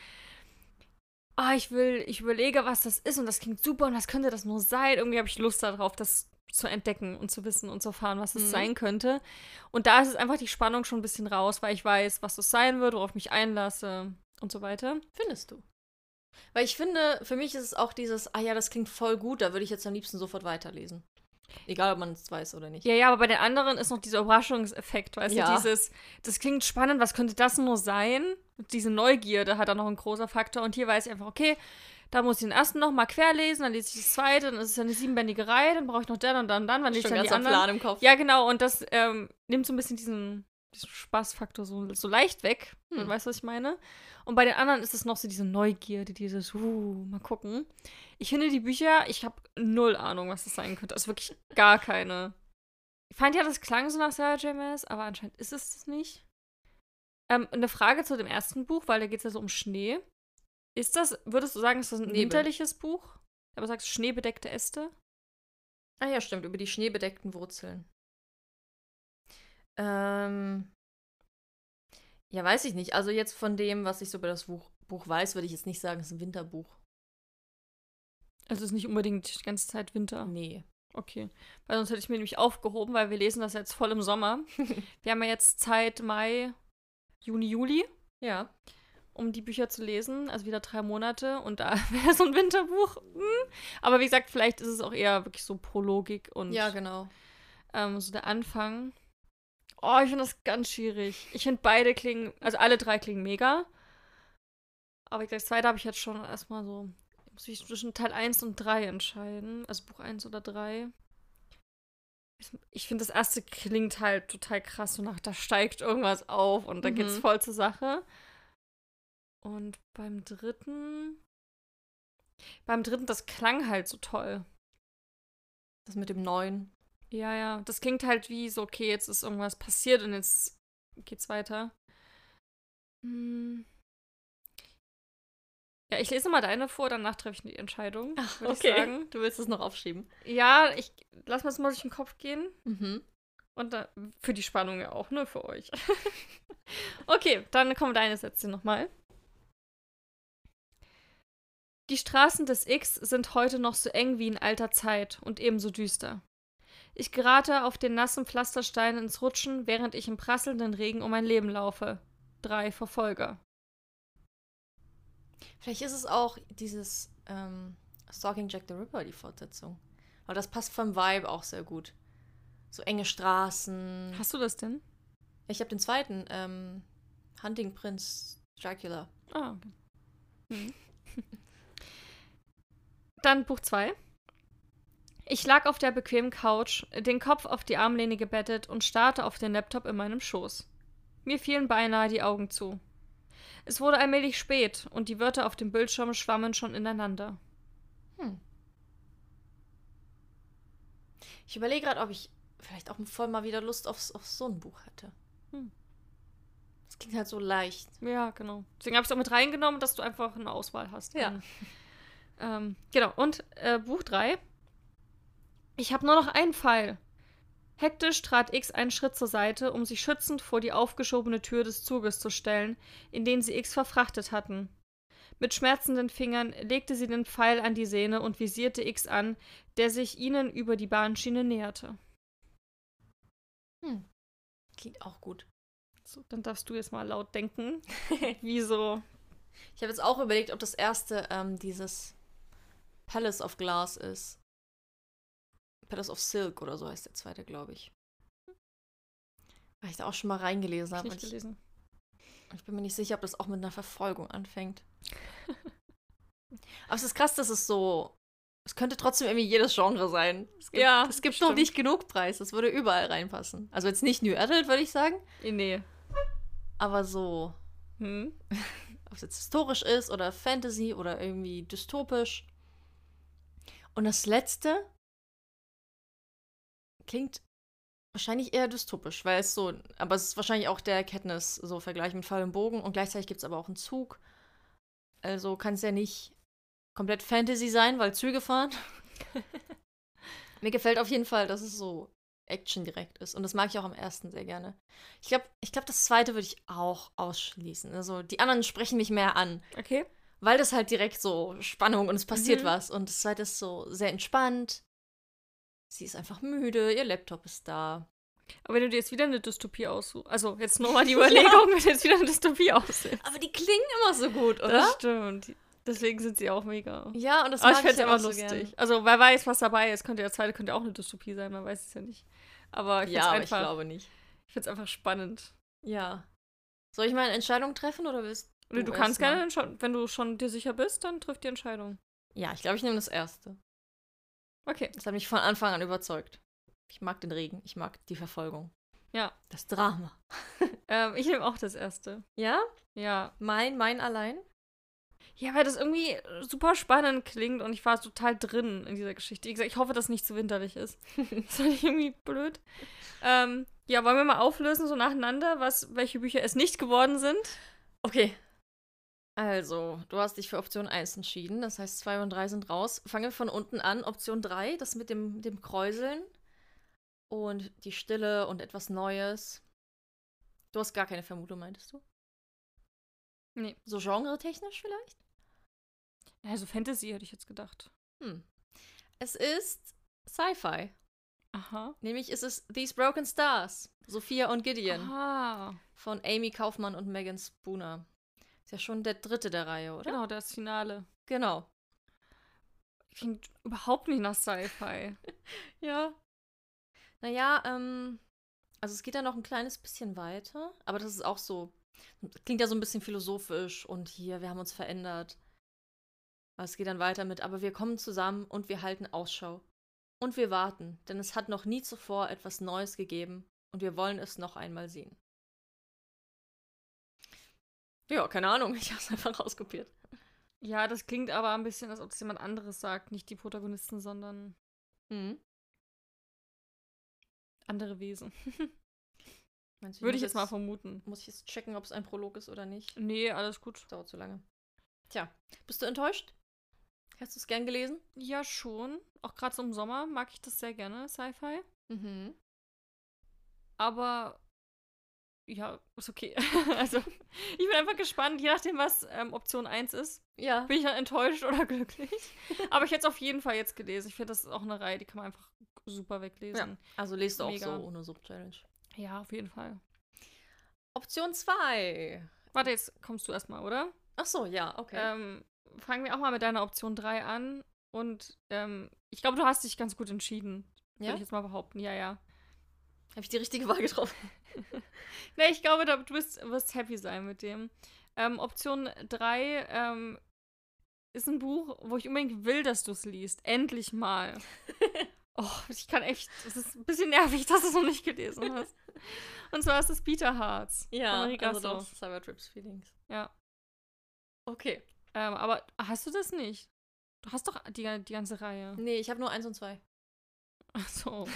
[SPEAKER 1] ah, ich will, ich überlege, was das ist und das klingt super und was könnte das nur sein. Irgendwie habe ich Lust darauf, das zu entdecken und zu wissen und zu erfahren, was es
[SPEAKER 2] Mhm.
[SPEAKER 1] sein könnte. Und da ist es einfach die Spannung schon ein bisschen raus, weil ich weiß, was das sein wird, worauf ich mich einlasse und so weiter.
[SPEAKER 2] Findest du? Weil ich finde, für mich ist es auch dieses, ah ja, das klingt voll gut, da würde ich jetzt am liebsten sofort weiterlesen. Egal, ob man es weiß oder nicht.
[SPEAKER 1] Ja, ja, aber bei den anderen ist noch dieser Überraschungseffekt, weißt
[SPEAKER 2] Ja.
[SPEAKER 1] du, dieses, das klingt spannend, was könnte das nur sein? Und diese Neugierde hat da noch einen großen Faktor und hier weiß ich einfach, okay, da muss ich den ersten noch mal querlesen, dann lese ich das zweite, dann ist es ja eine siebenbändige Reihe, dann brauche ich noch den und dann, dann, wann lese ich
[SPEAKER 2] Schon
[SPEAKER 1] dann die
[SPEAKER 2] ganz am
[SPEAKER 1] anderen?
[SPEAKER 2] Plan im Kopf.
[SPEAKER 1] Ja, genau, und das ähm, nimmt so ein bisschen diesen, diesen Spaßfaktor so, so leicht weg.
[SPEAKER 2] Hm.
[SPEAKER 1] Hm. Weißt du, was ich meine? Und bei den anderen ist es noch so diese Neugierde, dieses, uh, mal gucken. Ich finde die Bücher, ich habe null Ahnung, was das sein könnte. Also wirklich gar keine. Ich fand ja, das klang so nach Sarah J. Maas, aber anscheinend ist es das nicht. Ähm, eine Frage zu dem ersten Buch, weil da geht es ja so um Schnee. Ist das, würdest du sagen, ist das ein
[SPEAKER 2] Nebel.
[SPEAKER 1] winterliches Buch? Aber sagst du schneebedeckte Äste?
[SPEAKER 2] Ah ja, stimmt, über die schneebedeckten Wurzeln. Ähm, ja, weiß ich nicht. Also jetzt von dem, was ich so über das Buch, Buch weiß, würde ich jetzt nicht sagen, es ist ein Winterbuch.
[SPEAKER 1] Also es ist nicht unbedingt die ganze Zeit Winter.
[SPEAKER 2] Nee.
[SPEAKER 1] Okay. Weil sonst hätte ich mir nämlich aufgehoben, weil wir lesen das jetzt voll im Sommer. wir haben ja jetzt Zeit Mai, Juni, Juli.
[SPEAKER 2] Ja.
[SPEAKER 1] um die Bücher zu lesen. Also wieder drei Monate und da wäre so ein Winterbuch. Hm. Aber wie gesagt, vielleicht ist es auch eher wirklich so Prologik und
[SPEAKER 2] Ja, genau.
[SPEAKER 1] ähm, so der Anfang. Oh, ich finde das ganz schwierig. Ich finde beide klingen, also alle drei klingen mega. Aber ich glaube, das zweite habe ich jetzt schon erstmal so. Ich muss mich zwischen Teil 1 und 3 entscheiden. Also Buch 1 oder 3. Ich finde, das erste klingt halt total krass. So nach, da steigt irgendwas auf und dann geht's
[SPEAKER 2] Mhm.
[SPEAKER 1] voll zur Sache. Und beim dritten. Beim dritten, das klang halt so toll.
[SPEAKER 2] Das mit dem Neuen.
[SPEAKER 1] Ja, ja. Das klingt halt wie so, okay, jetzt ist irgendwas passiert und jetzt geht's weiter. Hm. Ja, ich lese mal deine vor, danach treffe ich die Entscheidung, würde ich sagen.
[SPEAKER 2] Du willst es noch aufschieben.
[SPEAKER 1] Ja, ich lass mir das mal durch den Kopf gehen.
[SPEAKER 2] Mhm.
[SPEAKER 1] Und da, für die Spannung ja auch, nur für euch. okay, dann kommen deine Sätze nochmal. Die Straßen des X sind heute noch so eng wie in alter Zeit und ebenso düster. Ich gerate auf den nassen Pflastersteinen ins Rutschen, während ich im prasselnden Regen um mein Leben laufe. Drei Verfolger.
[SPEAKER 2] Vielleicht ist es auch dieses ähm, Stalking Jack the Ripper, die Fortsetzung. Aber das passt vom Vibe auch sehr gut. So enge Straßen.
[SPEAKER 1] Hast du das denn?
[SPEAKER 2] Ich habe den zweiten, ähm, Hunting Prince Dracula.
[SPEAKER 1] Ah. okay. Mhm. Dann Buch 2. Ich lag auf der bequemen Couch, den Kopf auf die Armlehne gebettet und starrte auf den Laptop in meinem Schoß. Mir fielen beinahe die Augen zu. Es wurde allmählich spät und die Wörter auf dem Bildschirm schwammen schon ineinander.
[SPEAKER 2] Ich überlege gerade, ob ich vielleicht auch voll mal wieder Lust auf, auf so ein Buch hätte.
[SPEAKER 1] Hm.
[SPEAKER 2] Das klingt halt so leicht.
[SPEAKER 1] Ja, genau. Deswegen habe ich es auch mit reingenommen, dass du einfach eine Auswahl hast.
[SPEAKER 2] Ja.
[SPEAKER 1] Mhm. Ähm, genau. Und äh, Buch 3. Ich habe nur noch einen Pfeil. Hektisch trat X einen Schritt zur Seite, um sich schützend vor die aufgeschobene Tür des Zuges zu stellen, in den sie X verfrachtet hatten. Mit schmerzenden Fingern legte sie den Pfeil an die Sehne und visierte X an, der sich ihnen über die Bahnschiene näherte.
[SPEAKER 2] Klingt auch gut.
[SPEAKER 1] So, dann darfst du jetzt mal laut denken. Wieso?
[SPEAKER 2] Ich habe jetzt auch überlegt, ob das erste ähm, dieses Palace of Glass ist. Palace of Silk oder so heißt der zweite, glaube ich. Weil ich da auch schon mal
[SPEAKER 1] Hm.
[SPEAKER 2] reingelesen
[SPEAKER 1] Hab ich
[SPEAKER 2] habe.
[SPEAKER 1] nicht
[SPEAKER 2] Und ich,
[SPEAKER 1] gelesen.
[SPEAKER 2] ich bin mir nicht sicher, ob das auch mit einer Verfolgung anfängt. Aber es ist krass, dass es so. Es könnte trotzdem irgendwie jedes Genre sein. Es gibt,
[SPEAKER 1] Ja,
[SPEAKER 2] es gibt
[SPEAKER 1] stimmt.
[SPEAKER 2] noch nicht genug Preis. Das würde überall reinpassen. Also jetzt nicht New Adult, würde ich sagen.
[SPEAKER 1] Äh, Nee.
[SPEAKER 2] Aber so,
[SPEAKER 1] Hm?
[SPEAKER 2] ob es jetzt historisch ist oder Fantasy oder irgendwie dystopisch. Und das letzte klingt wahrscheinlich eher dystopisch, weil es so, aber es ist wahrscheinlich auch der Erkenntnis, so Vergleich mit Fall und Bogen und gleichzeitig gibt es aber auch einen Zug. Also kann es ja nicht komplett Fantasy sein, weil Züge fahren. Mir gefällt auf jeden Fall, dass es so Action direkt ist. Und das mag ich auch am ersten sehr gerne. Ich glaube, ich glaub, das zweite würde ich auch ausschließen. Also die anderen sprechen mich mehr an,
[SPEAKER 1] Okay.
[SPEAKER 2] weil das halt direkt so Spannung und es passiert
[SPEAKER 1] Mhm.
[SPEAKER 2] was. Und das zweite ist so sehr entspannt. Sie ist einfach müde, ihr Laptop ist da.
[SPEAKER 1] Aber wenn du dir jetzt wieder eine Dystopie aussuchst, also jetzt nochmal die Überlegung, wenn du jetzt wieder eine Dystopie aussuchst.
[SPEAKER 2] Aber die klingen immer so gut, oder?
[SPEAKER 1] Das stimmt. Deswegen sind sie auch mega.
[SPEAKER 2] ja, und das
[SPEAKER 1] Aber ich
[SPEAKER 2] mag
[SPEAKER 1] fände es
[SPEAKER 2] halt
[SPEAKER 1] immer
[SPEAKER 2] auch so
[SPEAKER 1] lustig.
[SPEAKER 2] gern.
[SPEAKER 1] also, wer weiß, was dabei ist. Könnte ja zweite könnte auch eine Dystopie sein, man weiß es ja nicht. Aber ich
[SPEAKER 2] Ja, aber
[SPEAKER 1] finde
[SPEAKER 2] ich
[SPEAKER 1] es einfach,
[SPEAKER 2] glaube nicht.
[SPEAKER 1] ich find's einfach spannend.
[SPEAKER 2] Ja. Soll ich mal eine Entscheidung treffen oder willst
[SPEAKER 1] Du, du
[SPEAKER 2] erst
[SPEAKER 1] kannst
[SPEAKER 2] mal?
[SPEAKER 1] gerne, entscheiden. wenn du schon dir sicher bist, dann triff die Entscheidung.
[SPEAKER 2] Ja, ich glaube, ich nehme das erste.
[SPEAKER 1] Okay.
[SPEAKER 2] Das hat mich von Anfang an überzeugt. Ich mag den Regen, ich mag die Verfolgung.
[SPEAKER 1] Ja.
[SPEAKER 2] Das Drama.
[SPEAKER 1] Ähm, ich nehme auch das erste.
[SPEAKER 2] Ja?
[SPEAKER 1] Ja.
[SPEAKER 2] Mein, mein allein?
[SPEAKER 1] Ja, weil das irgendwie äh, super spannend klingt und ich war total drin in dieser Geschichte. Wie gesagt, ich hoffe, dass es nicht zu winterlich ist. Das fand ich irgendwie blöd. Ähm, ja, wollen wir mal auflösen, so nacheinander, was, welche Bücher es nicht geworden sind?
[SPEAKER 2] Okay. Also, du hast dich für Option 1 entschieden, das heißt 2 und 3 sind raus. Fange von unten an. Option 3, das mit dem, dem Kräuseln und die Stille und etwas Neues. Du hast gar keine Vermutung, meintest du?
[SPEAKER 1] Nee.
[SPEAKER 2] So genre-technisch vielleicht?
[SPEAKER 1] Also Fantasy hätte ich jetzt gedacht.
[SPEAKER 2] Hm. Es ist Sci-Fi.
[SPEAKER 1] Aha.
[SPEAKER 2] Nämlich ist es These Broken Stars, Sophia und Gideon
[SPEAKER 1] Ah.
[SPEAKER 2] von Amy Kaufmann und Megan Spooner. Ist ja schon der dritte der Reihe, oder?
[SPEAKER 1] Genau, das Finale.
[SPEAKER 2] Genau.
[SPEAKER 1] Klingt überhaupt nicht nach Sci-Fi.
[SPEAKER 2] Ja. Naja, ähm, also es geht ja noch ein kleines bisschen weiter, aber das ist auch so. Klingt ja so ein bisschen philosophisch und hier, wir haben uns verändert. Aber es geht dann weiter mit, aber wir kommen zusammen und wir halten Ausschau. Und wir warten, denn es hat noch nie zuvor etwas Neues gegeben und wir wollen es noch einmal sehen. Ja, keine Ahnung, ich hab's einfach rauskopiert.
[SPEAKER 1] ja, das klingt aber ein bisschen, als ob es jemand anderes sagt. Nicht die Protagonisten, sondern
[SPEAKER 2] Mhm.
[SPEAKER 1] andere Wesen.
[SPEAKER 2] Meinst du,
[SPEAKER 1] Würde ich
[SPEAKER 2] muss
[SPEAKER 1] jetzt mal vermuten.
[SPEAKER 2] Muss ich jetzt checken, ob es ein Prolog ist oder nicht?
[SPEAKER 1] Nee, alles gut.
[SPEAKER 2] Dauert zu lange. Tja, bist du enttäuscht? Hast du es gern gelesen?
[SPEAKER 1] Ja, schon. Auch gerade so im Sommer mag ich das sehr gerne, Sci-Fi.
[SPEAKER 2] Mhm.
[SPEAKER 1] Aber ja, ist okay. also, ich bin einfach gespannt, je nachdem, was ähm, Option 1 ist.
[SPEAKER 2] Ja.
[SPEAKER 1] Bin ich dann enttäuscht oder glücklich? Aber ich hätte es auf jeden Fall jetzt gelesen. Ich finde, das ist auch eine Reihe, die kann man einfach super weglesen.
[SPEAKER 2] Also lest du auch
[SPEAKER 1] Mega.
[SPEAKER 2] so ohne Sub-Challenge.
[SPEAKER 1] Ja, auf jeden Fall.
[SPEAKER 2] Option 2.
[SPEAKER 1] Warte, jetzt kommst du erstmal, oder?
[SPEAKER 2] Ach so, ja, okay.
[SPEAKER 1] Ähm, fangen wir auch mal mit deiner Option 3 an. Und ähm, ich glaube, du hast dich ganz gut entschieden. Würde
[SPEAKER 2] ja?
[SPEAKER 1] ich jetzt mal behaupten. Ja, ja.
[SPEAKER 2] Habe ich die richtige Wahl getroffen?
[SPEAKER 1] Ne, ich glaube, da, du wirst, wirst happy sein mit dem. Ähm, Option 3 ähm, ist ein Buch, wo ich unbedingt will, dass du es liest. Endlich mal. oh, ich kann echt. Es ist ein bisschen nervig, dass du es noch nicht gelesen hast. Und zwar ist es Peter Hearts.
[SPEAKER 2] Ja,
[SPEAKER 1] Von
[SPEAKER 2] also
[SPEAKER 1] Rigasso.
[SPEAKER 2] doch. Cybertrips Feelings.
[SPEAKER 1] Ja.
[SPEAKER 2] Okay.
[SPEAKER 1] Ähm, aber hast du das nicht? Du hast doch die, die ganze Reihe.
[SPEAKER 2] Nee, ich habe nur eins und zwei.
[SPEAKER 1] Ach so.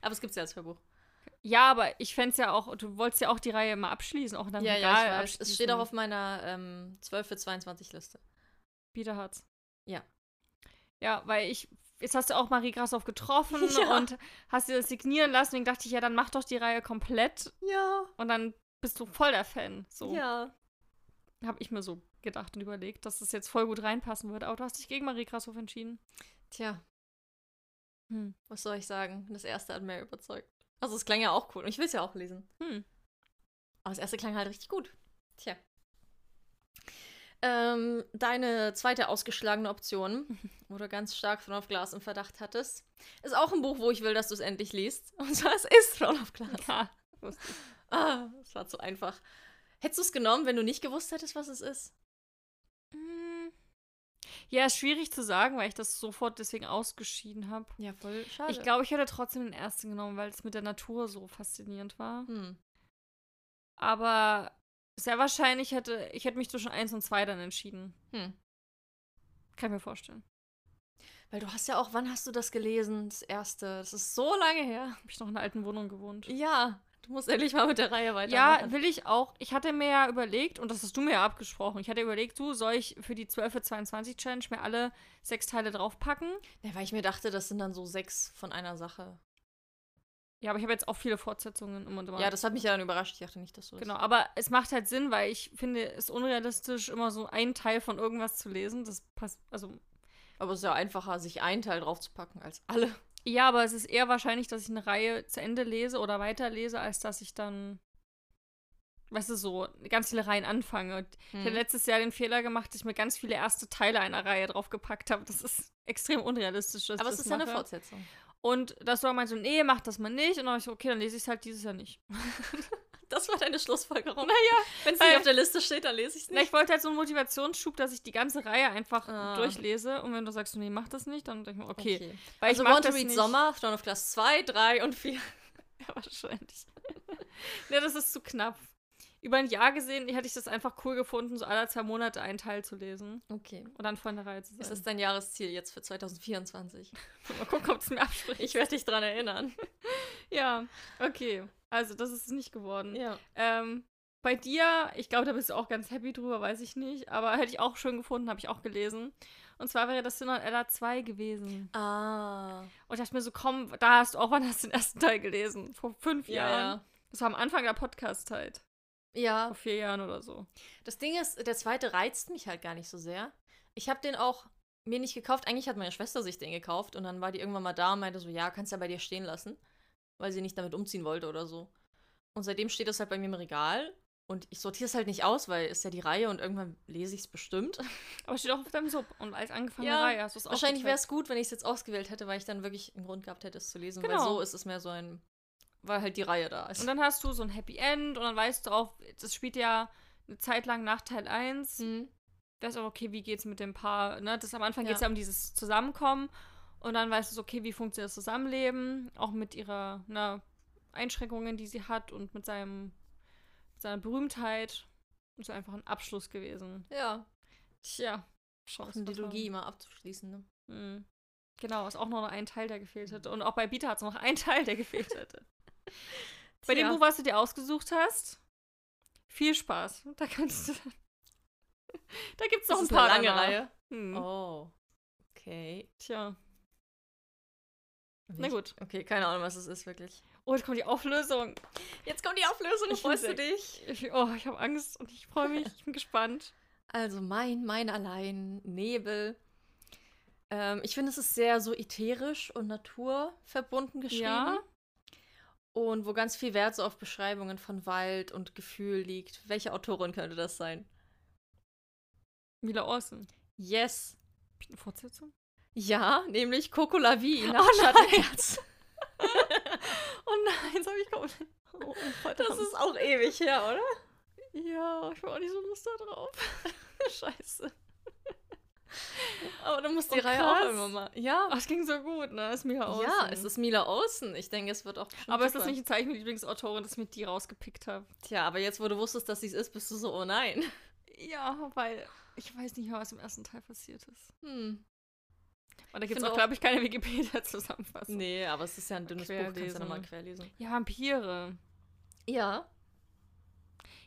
[SPEAKER 2] Aber es gibt's ja als Hörbuch.
[SPEAKER 1] Ja, aber ich fände es ja auch, du wolltest ja auch die Reihe mal abschließen, auch
[SPEAKER 2] Ähm,
[SPEAKER 1] dann Regal
[SPEAKER 2] Es steht auch
[SPEAKER 1] abschließen.
[SPEAKER 2] auf meiner ähm, 12 für 22 Liste.
[SPEAKER 1] Peter Hartz.
[SPEAKER 2] Ja.
[SPEAKER 1] Ja, weil ich. Jetzt hast du auch Marie Grassoff getroffen
[SPEAKER 2] Ja.
[SPEAKER 1] und hast dir das signieren lassen. Deswegen dachte ich, ja, dann mach doch die Reihe komplett
[SPEAKER 2] Ja.
[SPEAKER 1] und dann bist du voll der Fan. So
[SPEAKER 2] Ja.
[SPEAKER 1] habe ich mir so gedacht und überlegt, dass das jetzt voll gut reinpassen würde. Aber du hast dich gegen Marie Grassoff entschieden.
[SPEAKER 2] Tja,
[SPEAKER 1] Hm.
[SPEAKER 2] was soll ich sagen? Das erste hat mehr überzeugt. Also es klang ja auch cool und ich will es ja auch lesen.
[SPEAKER 1] Hm.
[SPEAKER 2] Aber das erste klang halt richtig gut. Tja. Ähm, deine zweite ausgeschlagene Option, wo du ganz stark Throne of Glass im Verdacht hattest, ist auch ein Buch, wo ich will, dass du es endlich liest. Und zwar es ist Throne of Glass.
[SPEAKER 1] Ja.
[SPEAKER 2] Ah, es war zu einfach. Hättest du es genommen, wenn du nicht gewusst hättest, was es ist?
[SPEAKER 1] Hm. Ja, ist schwierig zu sagen, weil ich das sofort deswegen ausgeschieden habe.
[SPEAKER 2] Ja, voll schade.
[SPEAKER 1] Ich glaube, ich hätte trotzdem den ersten genommen, weil es mit der Natur so faszinierend war.
[SPEAKER 2] Hm.
[SPEAKER 1] Aber sehr wahrscheinlich hätte ich hätte mich zwischen 1 und 2 dann entschieden.
[SPEAKER 2] Hm.
[SPEAKER 1] Kann ich mir vorstellen.
[SPEAKER 2] Weil du hast ja auch, wann hast du das gelesen? Das erste. Das ist so lange her.
[SPEAKER 1] Habe ich noch in einer alten Wohnung gewohnt.
[SPEAKER 2] Ja, du musst endlich mal mit der Reihe weitermachen.
[SPEAKER 1] Ja, will ich auch. Ich hatte mir ja überlegt, und das hast du mir ja abgesprochen, ich hatte überlegt, du, soll ich für die 12 für 22 Challenge mir alle sechs Teile draufpacken?
[SPEAKER 2] Ja, weil ich mir dachte, das sind dann so sechs von einer Sache.
[SPEAKER 1] Ja, aber ich habe jetzt auch viele Fortsetzungen immer und immer.
[SPEAKER 2] Ja, das hat mich ja dann überrascht. Ich dachte nicht, dass du das.
[SPEAKER 1] genau. Aber es macht halt Sinn, weil ich finde es unrealistisch, immer so einen Teil von irgendwas zu lesen. Das passt, also
[SPEAKER 2] Aber es ist ja einfacher, sich einen Teil draufzupacken als alle.
[SPEAKER 1] Ja, aber es ist eher wahrscheinlich, dass ich eine Reihe zu Ende lese oder weiterlese, als dass ich dann, weißt du, so ganz viele Reihen anfange. Und
[SPEAKER 2] Hm.
[SPEAKER 1] Ich
[SPEAKER 2] Mhm.
[SPEAKER 1] habe letztes Jahr den Fehler gemacht, dass ich mir ganz viele erste Teile einer Reihe draufgepackt habe. Das ist extrem unrealistisch. Dass
[SPEAKER 2] Aber
[SPEAKER 1] ich
[SPEAKER 2] es
[SPEAKER 1] das
[SPEAKER 2] ist ja eine
[SPEAKER 1] mache.
[SPEAKER 2] Fortsetzung.
[SPEAKER 1] Und das war mal so, nee, mach das mal nicht. Und dann habe ich so, okay, dann lese ich es halt dieses Jahr nicht.
[SPEAKER 2] Das war deine Schlussfolgerung.
[SPEAKER 1] Naja,
[SPEAKER 2] Wenn es
[SPEAKER 1] weil-
[SPEAKER 2] nicht auf der Liste steht, dann lese ich es
[SPEAKER 1] Na,
[SPEAKER 2] nicht.
[SPEAKER 1] ich wollte halt so einen Motivationsschub, dass ich die ganze Reihe einfach
[SPEAKER 2] Ah.
[SPEAKER 1] durchlese. Und wenn du sagst, nee, mach das nicht, dann denke ich mir, okay. Weil
[SPEAKER 2] Also
[SPEAKER 1] ich mag
[SPEAKER 2] Want to
[SPEAKER 1] das
[SPEAKER 2] Read
[SPEAKER 1] nicht.
[SPEAKER 2] Sommer, Dawn of Class 2, 3 und 4.
[SPEAKER 1] Ja, wahrscheinlich. ja, das ist zu knapp. Über ein Jahr gesehen hätte ich das einfach cool gefunden, so alle zwei Monate einen Teil zu lesen
[SPEAKER 2] Okay.
[SPEAKER 1] und dann von der Reihe zu
[SPEAKER 2] Ist
[SPEAKER 1] sein.
[SPEAKER 2] das dein Jahresziel jetzt für 2024?
[SPEAKER 1] mal gucken, ob es mir abspricht.
[SPEAKER 2] Ich werde dich dran erinnern.
[SPEAKER 1] Ja, okay. Also, das ist es nicht geworden.
[SPEAKER 2] Ja.
[SPEAKER 1] Ähm, bei dir, ich glaube, da bist du auch ganz happy drüber, weiß ich nicht. Aber hätte ich auch schön gefunden, habe ich auch gelesen. Und zwar wäre das Sin und Ella 2 gewesen.
[SPEAKER 2] Ah.
[SPEAKER 1] Und ich dachte mir so, komm, da hast du auch, wann hast du den ersten Teil gelesen? Vor fünf Jahren.
[SPEAKER 2] Ja,
[SPEAKER 1] Das war am Anfang der Podcast-Zeit.
[SPEAKER 2] ja. Ja,
[SPEAKER 1] Vor vier Jahren oder so.
[SPEAKER 2] Das Ding ist, der zweite reizt mich halt gar nicht so sehr. Ich habe den auch mir nicht gekauft. Eigentlich hat meine Schwester sich den gekauft und dann war die irgendwann mal da und meinte so, ja, kannst ja bei dir stehen lassen, weil sie nicht damit umziehen wollte oder so. Und seitdem steht das halt bei mir im Regal Und ich sortiere es halt nicht aus, weil ist ja die Reihe und irgendwann lese ich es bestimmt.
[SPEAKER 1] Aber steht auch auf deinem Sub und als angefangene
[SPEAKER 2] Ja,
[SPEAKER 1] Reihe hast du es
[SPEAKER 2] Wahrscheinlich wäre
[SPEAKER 1] aufgeteilt.
[SPEAKER 2] es gut, wenn ich es jetzt ausgewählt hätte, weil ich dann wirklich einen Grund gehabt hätte, es zu lesen. Weil
[SPEAKER 1] Genau.
[SPEAKER 2] so ist es mehr so ein. Weil halt die Reihe da ist.
[SPEAKER 1] Und dann hast du so ein Happy End und dann weißt du auch, das spielt ja eine Zeit lang nach Teil 1.
[SPEAKER 2] Mhm.
[SPEAKER 1] Weißt auch, okay, wie geht's mit dem Paar? Ne? Das, am Anfang
[SPEAKER 2] Ja.
[SPEAKER 1] geht es ja um dieses Zusammenkommen und dann weißt du, so, okay, wie funktioniert das Zusammenleben? Auch mit ihrer ne, Einschränkungen, die sie hat und mit seinem mit seiner Berühmtheit. Ist einfach ein Abschluss gewesen.
[SPEAKER 2] Ja,
[SPEAKER 1] Tja,
[SPEAKER 2] auch
[SPEAKER 1] Chance.
[SPEAKER 2] eine Dilogie immer abzuschließen. Ne?
[SPEAKER 1] Mhm. Genau, ist auch nur noch ein Teil, der gefehlt hätte. Und auch bei Bita hat es noch einen Teil, der gefehlt hätte. Bei dem
[SPEAKER 2] Tja.
[SPEAKER 1] Buch, was du dir ausgesucht hast, viel Spaß. Da kannst du. da gibt es noch
[SPEAKER 2] Das
[SPEAKER 1] ein
[SPEAKER 2] ist
[SPEAKER 1] paar
[SPEAKER 2] eine lange
[SPEAKER 1] danach.
[SPEAKER 2] Reihe.
[SPEAKER 1] Hm.
[SPEAKER 2] Oh. Okay.
[SPEAKER 1] Tja, na gut.
[SPEAKER 2] Okay, keine Ahnung, was es ist wirklich.
[SPEAKER 1] Oh, jetzt kommt die Auflösung.
[SPEAKER 2] Jetzt kommt die Auflösung,
[SPEAKER 1] Ich
[SPEAKER 2] freust du
[SPEAKER 1] bin
[SPEAKER 2] dich?
[SPEAKER 1] Ich, oh, ich habe Angst und ich freue mich. Ich bin gespannt.
[SPEAKER 2] Also mein, mein allein, Nebel. Ähm, ich finde, es ist sehr so ätherisch und naturverbunden geschrieben.
[SPEAKER 1] Ja.
[SPEAKER 2] Und wo ganz viel Wert so auf Beschreibungen von Wald und Gefühl liegt. Welche Autorin könnte das sein?
[SPEAKER 1] Mila Orson.
[SPEAKER 2] Yes.
[SPEAKER 1] Hab ich eine Fortsetzung?
[SPEAKER 2] Ja, nämlich Coco La Vie nach Schattenherz.
[SPEAKER 1] Oh nein, jetzt habe ich komplett. Oh,
[SPEAKER 2] Das ist auch ewig her, oder?
[SPEAKER 1] Ja, ich war auch nicht so Lust da drauf. Scheiße. Aber du musst die Reihe auch immer mal.
[SPEAKER 2] Ja.
[SPEAKER 1] Ach, es ging so gut, ne? Ist mir aus.
[SPEAKER 2] Oh, Ja, es ist Mila Olsen. Ich denke, es wird auch bestimmt
[SPEAKER 1] Aber ist das
[SPEAKER 2] super.
[SPEAKER 1] nicht ein Zeichen mit Lieblingsautorin, dass ich mir die rausgepickt habe?
[SPEAKER 2] Tja, aber jetzt, wo du wusstest, dass sie es ist, bist du so, oh nein.
[SPEAKER 1] Ja, weil ich weiß nicht mehr, was im ersten Teil passiert ist.
[SPEAKER 2] Hm.
[SPEAKER 1] Und da gibt es
[SPEAKER 2] finde
[SPEAKER 1] auch,
[SPEAKER 2] auch-
[SPEAKER 1] glaube ich, keine Wikipedia-Zusammenfassung.
[SPEAKER 2] Nee, aber es ist ja ein dünnes Buch, kannst du
[SPEAKER 1] Querlesen.
[SPEAKER 2] nochmal querlesen.
[SPEAKER 1] Ja, Vampire.
[SPEAKER 2] Ja.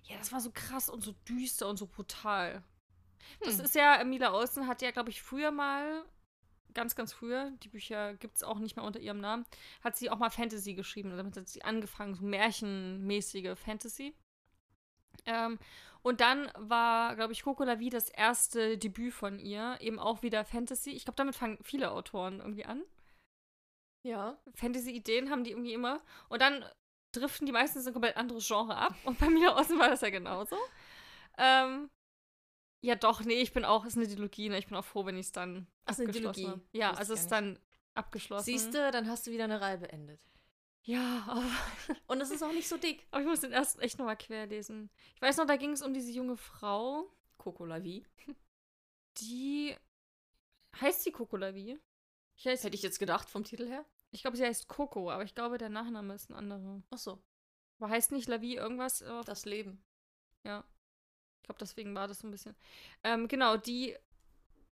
[SPEAKER 1] Ja, das war so krass und so düster und so brutal. Das
[SPEAKER 2] Hm.
[SPEAKER 1] ist ja, Mila Olsen hat ja, glaube ich, früher mal, ganz, ganz früher, die Bücher gibt es auch nicht mehr unter ihrem Namen, hat sie auch mal Fantasy geschrieben. Also Damit hat sie angefangen, so märchenmäßige Fantasy. Ähm, und dann war, glaube ich, Coco La Vie das erste Debüt von ihr, eben auch wieder Fantasy. Ich glaube, damit fangen viele Autoren irgendwie an.
[SPEAKER 2] Ja.
[SPEAKER 1] Fantasy-Ideen haben die irgendwie immer. Und dann driften die meistens in ein komplett anderes Genre ab. Und bei mir außen war das ja
[SPEAKER 2] Also?
[SPEAKER 1] genauso. Ähm, ja, doch, nee, ich bin auch, ist eine Dilogie, ne? Ich bin auch froh, wenn ich es dann
[SPEAKER 2] Ach, ist eine
[SPEAKER 1] abgeschlossen
[SPEAKER 2] Dilogie.
[SPEAKER 1] habe. Ja,
[SPEAKER 2] Wusste
[SPEAKER 1] also
[SPEAKER 2] ich
[SPEAKER 1] es ist
[SPEAKER 2] gar
[SPEAKER 1] dann abgeschlossen.
[SPEAKER 2] Siehst du, dann hast du wieder eine Reihe beendet.
[SPEAKER 1] Ja, aber,
[SPEAKER 2] Und es ist auch nicht so dick.
[SPEAKER 1] aber ich muss den ersten echt nochmal querlesen. Ich weiß noch, da ging es um diese junge Frau,
[SPEAKER 2] Coco La Vie.
[SPEAKER 1] die. Heißt sie Coco Lavie? Ich, heiß-
[SPEAKER 2] Hätte ich jetzt gedacht vom Titel her.
[SPEAKER 1] ich glaube, sie heißt Coco, aber ich glaube, der Nachname ist ein anderer.
[SPEAKER 2] Ach so,
[SPEAKER 1] Aber heißt nicht Lavie irgendwas? aber
[SPEAKER 2] das Leben.
[SPEAKER 1] Ich glaube, deswegen war das so ein bisschen. Ähm, genau, die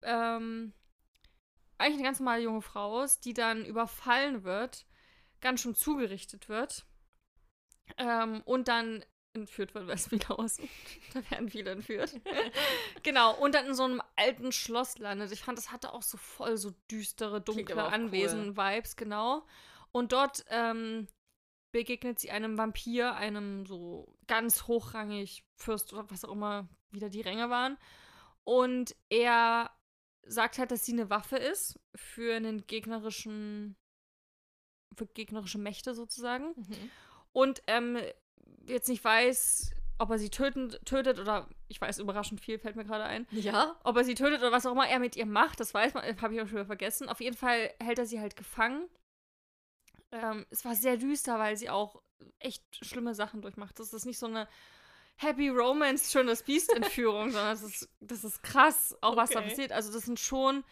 [SPEAKER 1] ähm, eigentlich eine ganz normale junge Frau ist, die dann überfallen wird, ganz schön zugerichtet wird ähm, und dann entführt wird, weiß wieder aus. da werden viele entführt. genau, und dann in so einem alten Schloss landet. Ich fand, das hatte auch so voll so düstere,
[SPEAKER 2] Klingt
[SPEAKER 1] dunkle
[SPEAKER 2] aber auch cool.
[SPEAKER 1] Anwesen-Vibes, genau. Und dort ähm, begegnet sie einem Vampir, einem so ganz hochrangig Fürst oder was auch immer wieder die Ränge waren. Und er sagt halt, dass sie eine Waffe ist für einen gegnerischen, für gegnerische Mächte sozusagen. Und ähm, jetzt nicht weiß, ob er sie töten, tötet oder ich weiß überraschend viel, fällt mir gerade ein.
[SPEAKER 2] Ja?
[SPEAKER 1] Ob er sie tötet oder was auch immer er mit ihr macht, das weiß man, habe ich auch schon wieder vergessen. Auf jeden Fall hält er sie halt gefangen. Ähm, es war sehr düster, weil sie auch echt schlimme Sachen durchmacht. Das ist nicht so eine Happy Romance, schönes Biest-Entführung, sondern das ist, das ist krass, auch was da
[SPEAKER 2] Okay.
[SPEAKER 1] passiert. Also, das sind schon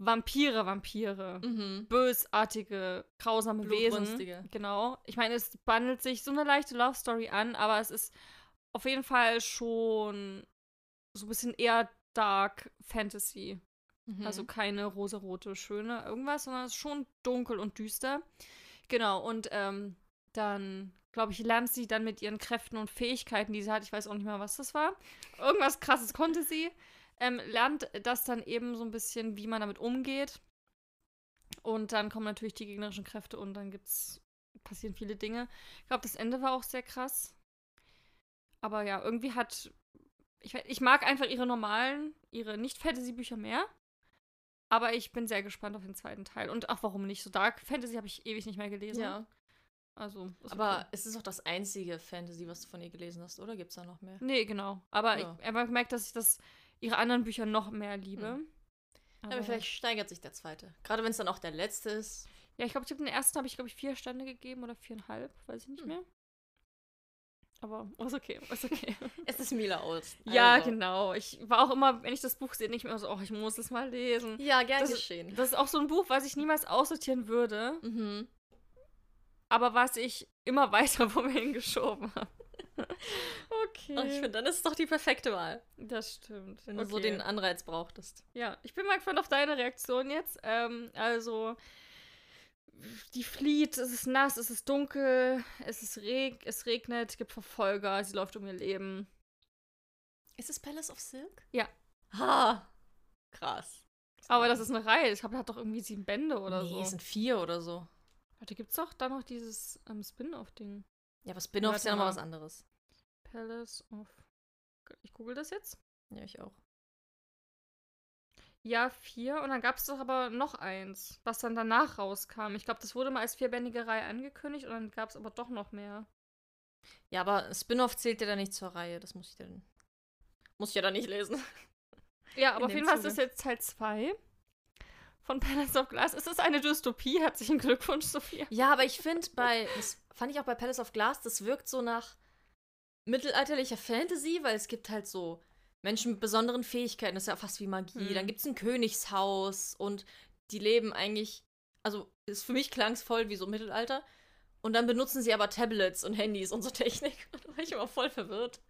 [SPEAKER 1] Vampire, Vampire
[SPEAKER 2] Mhm.
[SPEAKER 1] bösartige, grausame
[SPEAKER 2] Blutrünstige.
[SPEAKER 1] Wesen. Genau. Ich meine, es bandelt sich so eine leichte Love Story an, aber es ist auf jeden Fall schon so ein bisschen eher Dark Fantasy.
[SPEAKER 2] Mhm.
[SPEAKER 1] Also keine rosarote, schöne irgendwas, sondern es ist schon dunkel und düster. Genau, und ähm, dann, glaube ich, lernt sie dann mit ihren Kräften und Fähigkeiten, die sie hat, ich weiß auch nicht mehr, was das war. Irgendwas krasses konnte sie. Ähm, lernt das dann eben so ein bisschen, wie man damit umgeht. Und dann kommen natürlich die gegnerischen Kräfte und dann gibt's, passieren viele Dinge. Ich glaube, das Ende war auch sehr krass. Aber ja, irgendwie hat. Ich, we- ich mag einfach ihre normalen, ihre Nicht-Fantasy-Bücher mehr. Aber ich bin sehr gespannt auf den zweiten Teil. Und ach, warum nicht? So Dark Fantasy habe ich ewig nicht mehr gelesen.
[SPEAKER 2] ja.
[SPEAKER 1] Also, ist
[SPEAKER 2] Aber
[SPEAKER 1] okay.
[SPEAKER 2] es ist auch das einzige Fantasy, was du von ihr gelesen hast, oder? Gibt's da noch mehr?
[SPEAKER 1] Nee, genau. Aber
[SPEAKER 2] Ja.
[SPEAKER 1] ich habe gemerkt, dass ich das ihre anderen Bücher noch mehr liebe.
[SPEAKER 2] Mhm. Aber, vielleicht steigert sich der zweite. Gerade wenn es dann auch der letzte ist.
[SPEAKER 1] Ja, ich glaube, ich habe den ersten habe ich, glaube ich, vier Sterne gegeben oder viereinhalb, weiß ich nicht
[SPEAKER 2] Hm.
[SPEAKER 1] mehr. Aber ist okay, ist okay.
[SPEAKER 2] Es ist Mila Olsen.
[SPEAKER 1] ja,
[SPEAKER 2] also.
[SPEAKER 1] genau. Ich war auch immer, wenn ich das Buch sehe, nicht mehr so, oh, ich muss es mal lesen.
[SPEAKER 2] Ja, gern
[SPEAKER 1] Das-
[SPEAKER 2] geschehen.
[SPEAKER 1] Das ist auch so ein Buch, was ich niemals aussortieren würde,
[SPEAKER 2] Mhm.
[SPEAKER 1] aber was ich immer weiter vor mir hingeschoben habe. okay.
[SPEAKER 2] Ach, Oh, ich finde, dann ist es doch die perfekte Wahl,
[SPEAKER 1] das stimmt.
[SPEAKER 2] wenn du so
[SPEAKER 1] Okay.
[SPEAKER 2] den Anreiz brauchtest.
[SPEAKER 1] Ja, ich bin mal gespannt auf deine Reaktion jetzt. Ähm, also, die flieht, es ist nass, es ist dunkel, es ist reg es regnet, es gibt Verfolger, sie läuft um ihr Leben.
[SPEAKER 2] Ist es Palace of Silk?
[SPEAKER 1] Ja.
[SPEAKER 2] Ha! Krass.
[SPEAKER 1] Aber das ist eine Reihe, ich glaube, hat doch irgendwie sieben Bände oder
[SPEAKER 2] nee, es
[SPEAKER 1] so.
[SPEAKER 2] sind vier oder so.
[SPEAKER 1] Warte, gibt's doch dann noch dieses ähm, Spin-off-Ding.
[SPEAKER 2] Ja, aber Spin-off ist
[SPEAKER 1] Warte
[SPEAKER 2] ja nochmal
[SPEAKER 1] mal.
[SPEAKER 2] was anderes.
[SPEAKER 1] Palace of. Ich google das jetzt.
[SPEAKER 2] Ja, ich auch.
[SPEAKER 1] Ja, vier. Und dann gab es doch aber noch eins, was dann danach rauskam. Ich glaube, das wurde mal als vierbändige Reihe angekündigt und dann gab es aber doch noch mehr.
[SPEAKER 2] Ja, aber Spin-off zählt ja dann nicht zur Reihe. Das muss ich dann. Muss ich ja dann nicht lesen.
[SPEAKER 1] Ja, aber
[SPEAKER 2] in
[SPEAKER 1] auf
[SPEAKER 2] dem
[SPEAKER 1] jeden Fall ist
[SPEAKER 2] Zuge.
[SPEAKER 1] es jetzt Teil 2 von Palace of Glass. Es ist eine Dystopie. Herzlichen Glückwunsch, Sophia.
[SPEAKER 2] Ja, aber ich finde bei, das fand ich auch bei Palace of Glass, das wirkt so nach mittelalterlicher Fantasy, weil es gibt halt so Menschen mit besonderen Fähigkeiten, das ist ja fast wie Magie.
[SPEAKER 1] Hm.
[SPEAKER 2] Dann gibt es ein Königshaus und die leben eigentlich, also ist für mich klangsvoll wie so Mittelalter. Und dann benutzen sie aber Tablets und Handys und so Technik. Und da war ich immer voll verwirrt.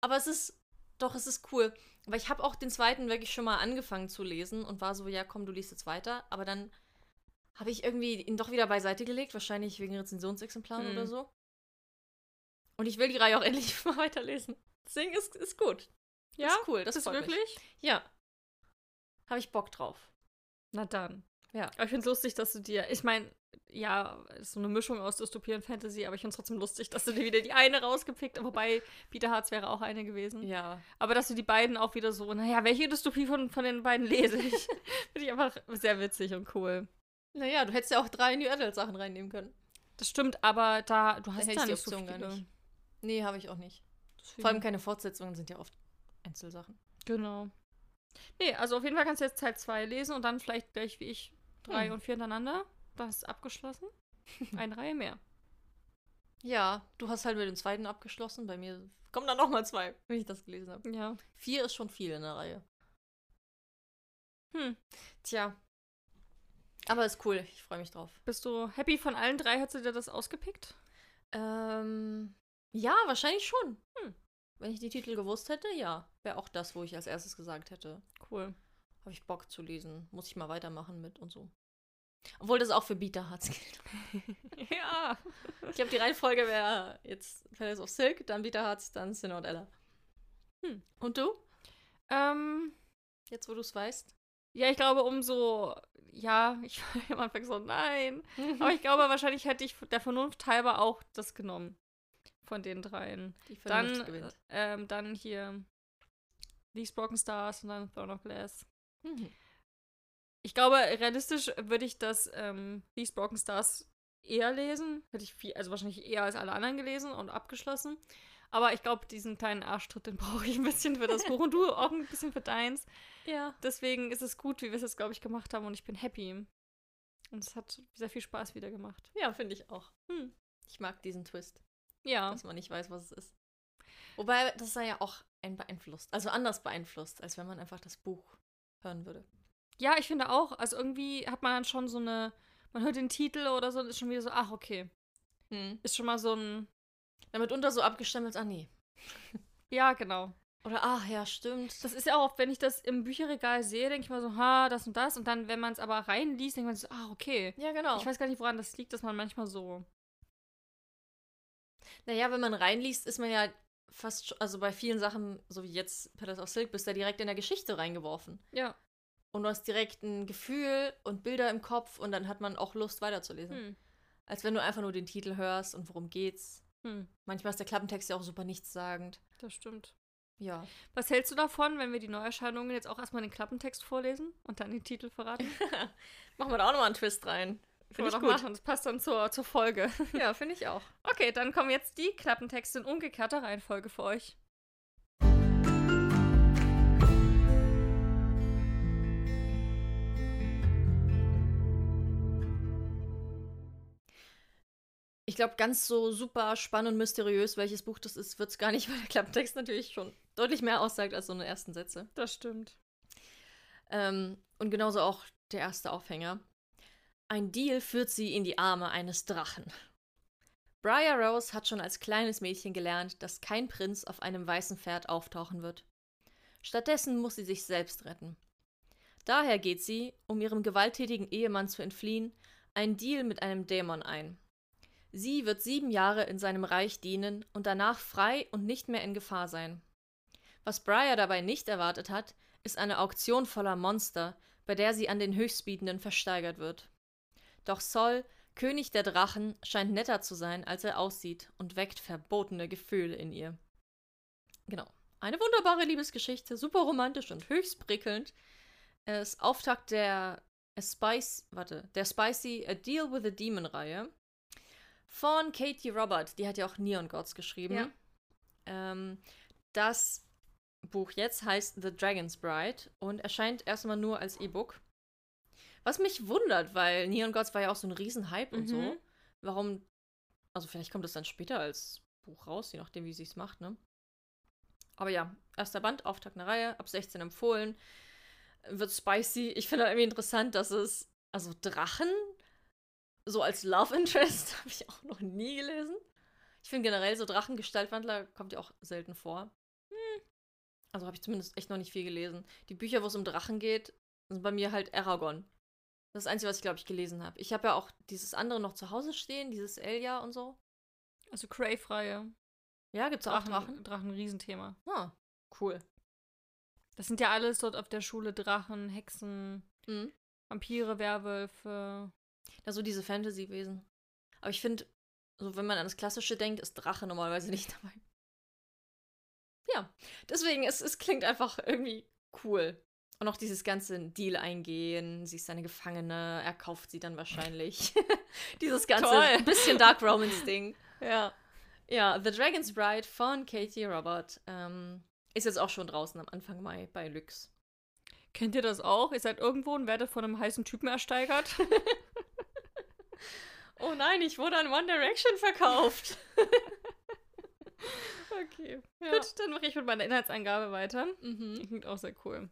[SPEAKER 2] Aber es ist, doch, es ist cool. Weil ich habe auch den zweiten wirklich schon mal angefangen zu lesen und war so, ja komm, du liest jetzt weiter. Aber dann habe ich irgendwie ihn doch wieder beiseite gelegt, wahrscheinlich wegen Rezensionsexemplaren
[SPEAKER 1] Hm.
[SPEAKER 2] oder so. Und ich will die Reihe auch endlich mal weiterlesen. Deswegen ist, ist gut.
[SPEAKER 1] Ja,
[SPEAKER 2] ist cool. Das
[SPEAKER 1] ist
[SPEAKER 2] freut Mich.
[SPEAKER 1] wirklich?
[SPEAKER 2] Ja. Habe ich Bock drauf.
[SPEAKER 1] Na dann.
[SPEAKER 2] Ja.
[SPEAKER 1] Aber ich finde es lustig, dass du dir. Ich meine, ja, ist so eine Mischung aus Dystopie und Fantasy, aber ich finde es trotzdem lustig, dass du dir wieder die eine rausgepickt hast. Wobei, Peter Harz wäre auch eine gewesen.
[SPEAKER 2] Ja.
[SPEAKER 1] Aber dass du die beiden auch wieder so. Naja, welche Dystopie von, von den beiden lese ich? finde ich einfach sehr witzig und cool.
[SPEAKER 2] Naja, du hättest ja auch drei New Adult Sachen reinnehmen können.
[SPEAKER 1] Das stimmt, aber da. Du hast
[SPEAKER 2] hätte ich
[SPEAKER 1] da
[SPEAKER 2] die
[SPEAKER 1] nicht so
[SPEAKER 2] Option gar
[SPEAKER 1] viele.
[SPEAKER 2] nicht. Nee, habe ich auch nicht.
[SPEAKER 1] Deswegen-
[SPEAKER 2] Vor allem keine Fortsetzungen sind ja oft Einzelsachen.
[SPEAKER 1] Genau. Nee, also auf jeden Fall kannst du jetzt Teil 2 lesen und dann vielleicht gleich wie ich drei
[SPEAKER 2] Hm.
[SPEAKER 1] und vier hintereinander. Dann ist es abgeschlossen. Eine Reihe mehr.
[SPEAKER 2] Ja, du hast halt mit dem zweiten abgeschlossen. Bei mir kommen dann nochmal zwei, wenn ich das gelesen habe.
[SPEAKER 1] Ja.
[SPEAKER 2] Vier ist schon viel in der Reihe.
[SPEAKER 1] Hm.
[SPEAKER 2] Tja. Aber ist cool. Ich freue mich drauf.
[SPEAKER 1] Bist du happy von allen drei? Hast du dir das ausgepickt?
[SPEAKER 2] Ähm, ja, wahrscheinlich schon. Hm. Wenn ich die Titel gewusst hätte, ja. Wäre auch das, wo ich als erstes gesagt hätte.
[SPEAKER 1] Cool.
[SPEAKER 2] Habe ich Bock zu lesen. Muss ich mal weitermachen mit und so. Obwohl das auch für Bieter Harz gilt.
[SPEAKER 1] ja.
[SPEAKER 2] Ich glaube, die Reihenfolge wäre jetzt Palace of Silk, dann Bieter Harz, dann Sinner und Ella.
[SPEAKER 1] Hm.
[SPEAKER 2] Und du?
[SPEAKER 1] Ähm,
[SPEAKER 2] Jetzt, wo du es weißt?
[SPEAKER 1] ja, ich glaube, umso. Ja, ich war am Anfang so, nein. Aber ich glaube, wahrscheinlich hätte ich der Vernunft halber auch das genommen. Von den dreien.
[SPEAKER 2] Die Vernunft
[SPEAKER 1] Dann,
[SPEAKER 2] gewinnt.
[SPEAKER 1] ähm, dann hier. These Broken Stars und dann Throne of Glass.
[SPEAKER 2] Hm,
[SPEAKER 1] Ich glaube, realistisch würde ich das ähm, These Broken Stars eher lesen. Hätte ich viel, also wahrscheinlich eher als alle anderen gelesen und abgeschlossen. Aber ich glaube, diesen kleinen Arschtritt, den brauche ich ein bisschen für das Buch und du auch ein bisschen für deins.
[SPEAKER 2] Ja.
[SPEAKER 1] Deswegen ist es gut, wie wir es jetzt, glaube ich, gemacht haben und ich bin happy. Und es hat sehr viel Spaß wieder gemacht.
[SPEAKER 2] Ja, finde ich auch.
[SPEAKER 1] Hm.
[SPEAKER 2] Ich mag diesen Twist,
[SPEAKER 1] Ja,
[SPEAKER 2] dass man nicht weiß, was es ist. Wobei, das sei ja auch ein beeinflusst, also anders beeinflusst, als wenn man einfach das Buch hören würde.
[SPEAKER 1] ja, ich finde auch. Also irgendwie hat man dann schon so eine, man hört den Titel oder so und ist schon wieder so, ach okay,
[SPEAKER 2] Hm.
[SPEAKER 1] ist schon mal so ein,
[SPEAKER 2] Damit unter so abgestempelt, ah nee.
[SPEAKER 1] ja genau.
[SPEAKER 2] Oder ach ja, stimmt.
[SPEAKER 1] Das ist ja auch oft, wenn ich das im Bücherregal sehe, denke ich mal so, ha, das und das. Und dann, wenn man es aber reinliest, denkt man so, ah, okay.
[SPEAKER 2] ja, genau.
[SPEAKER 1] Ich weiß gar nicht, woran das liegt, dass man manchmal so.
[SPEAKER 2] Naja, wenn man reinliest, ist man ja fast, schon, also bei vielen Sachen, so wie jetzt Palace of Silk, bist du ja direkt in der Geschichte reingeworfen.
[SPEAKER 1] Ja.
[SPEAKER 2] Und du hast direkt ein Gefühl und Bilder im Kopf und dann hat man auch Lust weiterzulesen.
[SPEAKER 1] Hm.
[SPEAKER 2] Als wenn du einfach nur den Titel hörst und worum geht's.
[SPEAKER 1] Hm.
[SPEAKER 2] Manchmal ist der Klappentext ja auch super nichtssagend.
[SPEAKER 1] Das stimmt.
[SPEAKER 2] Ja.
[SPEAKER 1] Was hältst du davon, wenn wir die Neuerscheinungen jetzt auch erstmal den Klappentext vorlesen und dann den Titel verraten?
[SPEAKER 2] Machen wir da auch nochmal einen Twist rein.
[SPEAKER 1] Können
[SPEAKER 2] Finde
[SPEAKER 1] wir
[SPEAKER 2] ich
[SPEAKER 1] doch
[SPEAKER 2] gut.
[SPEAKER 1] machen. Das passt dann zur, zur Folge.
[SPEAKER 2] Ja, finde ich auch.
[SPEAKER 1] Okay, dann kommen jetzt die Klappentexte in umgekehrter Reihenfolge für euch.
[SPEAKER 2] Ich glaube, ganz so super spannend und mysteriös, welches Buch das ist, wird es gar nicht, weil der Klapptext natürlich schon deutlich mehr aussagt als so eine ersten Sätze.
[SPEAKER 1] Das stimmt.
[SPEAKER 2] Ähm, und genauso auch der erste Aufhänger. Ein Deal führt sie in die Arme eines Drachen. Briar Rose hat schon als kleines Mädchen gelernt, dass kein Prinz auf einem weißen Pferd auftauchen wird. Stattdessen muss sie sich selbst retten. Daher geht sie, um ihrem gewalttätigen Ehemann zu entfliehen, einen Deal mit einem Dämon ein. Sie wird sieben Jahre in seinem Reich dienen und danach frei und nicht mehr in Gefahr sein. Was Briar dabei nicht erwartet hat, ist eine Auktion voller Monster, bei der sie an den Höchstbietenden versteigert wird. Doch Sol, König der Drachen, scheint netter zu sein, als er aussieht und weckt verbotene Gefühle in ihr. Genau. Eine wunderbare Liebesgeschichte, super romantisch und höchst prickelnd. Äh, Es ist Auftakt der A Spice, warte, der Spicy A Deal with a Demon Reihe von Katie Robert, die hat ja auch Neon Gods geschrieben.
[SPEAKER 1] Ja.
[SPEAKER 2] Ähm, das Buch jetzt heißt The Dragon's Bride und erscheint erstmal nur als E-Book. Was mich wundert, weil Neon Gods war ja auch so ein Riesenhype und so.
[SPEAKER 1] Mhm.
[SPEAKER 2] Warum, also vielleicht kommt das dann später als Buch raus, je nachdem, wie sie es macht, ne? Aber ja, erster Band, Auftakt einer Reihe, ab 16 empfohlen. Wird spicy. Ich finde irgendwie interessant, dass es, also Drachen, so als Love Interest, habe ich auch noch nie gelesen. Ich finde generell so Drachengestaltwandler kommt ja auch selten vor. Also habe ich zumindest echt noch nicht viel gelesen. Die Bücher, wo es um Drachen geht, sind bei mir halt Aragon. Das ist das Einzige, was ich, glaube ich, gelesen habe. Ich habe ja auch dieses andere noch zu Hause stehen, dieses Elia und so.
[SPEAKER 1] Also Crave-Reihe.
[SPEAKER 2] Ja, gibt's da auch Drachen?
[SPEAKER 1] Drachen-Riesenthema.
[SPEAKER 2] Ah, cool.
[SPEAKER 1] Das sind ja alles dort auf der Schule Drachen, Hexen,
[SPEAKER 2] Mhm.
[SPEAKER 1] Vampire, Werwölfe.
[SPEAKER 2] Also diese Fantasy-Wesen. Aber ich finde, so wenn man an das Klassische denkt, ist Drache normalerweise nicht dabei. Ja, deswegen, es, es klingt einfach irgendwie cool. Und auch dieses ganze Deal eingehen, sie ist seine Gefangene, er kauft sie dann wahrscheinlich. dieses ganze
[SPEAKER 1] Toll.
[SPEAKER 2] bisschen Dark Romance-Ding.
[SPEAKER 1] Ja.
[SPEAKER 2] Ja, The Dragon's Bride von Katie Robert ähm, ist jetzt auch schon draußen am Anfang Mai bei Lux.
[SPEAKER 1] Kennt ihr das auch? Ihr seid irgendwo und werdet von einem heißen Typen ersteigert?
[SPEAKER 2] Oh nein, ich wurde an One Direction verkauft.
[SPEAKER 1] Okay. Gut, dann mache ich mit meiner Inhaltsangabe weiter.
[SPEAKER 2] Mhm.
[SPEAKER 1] Klingt auch sehr cool.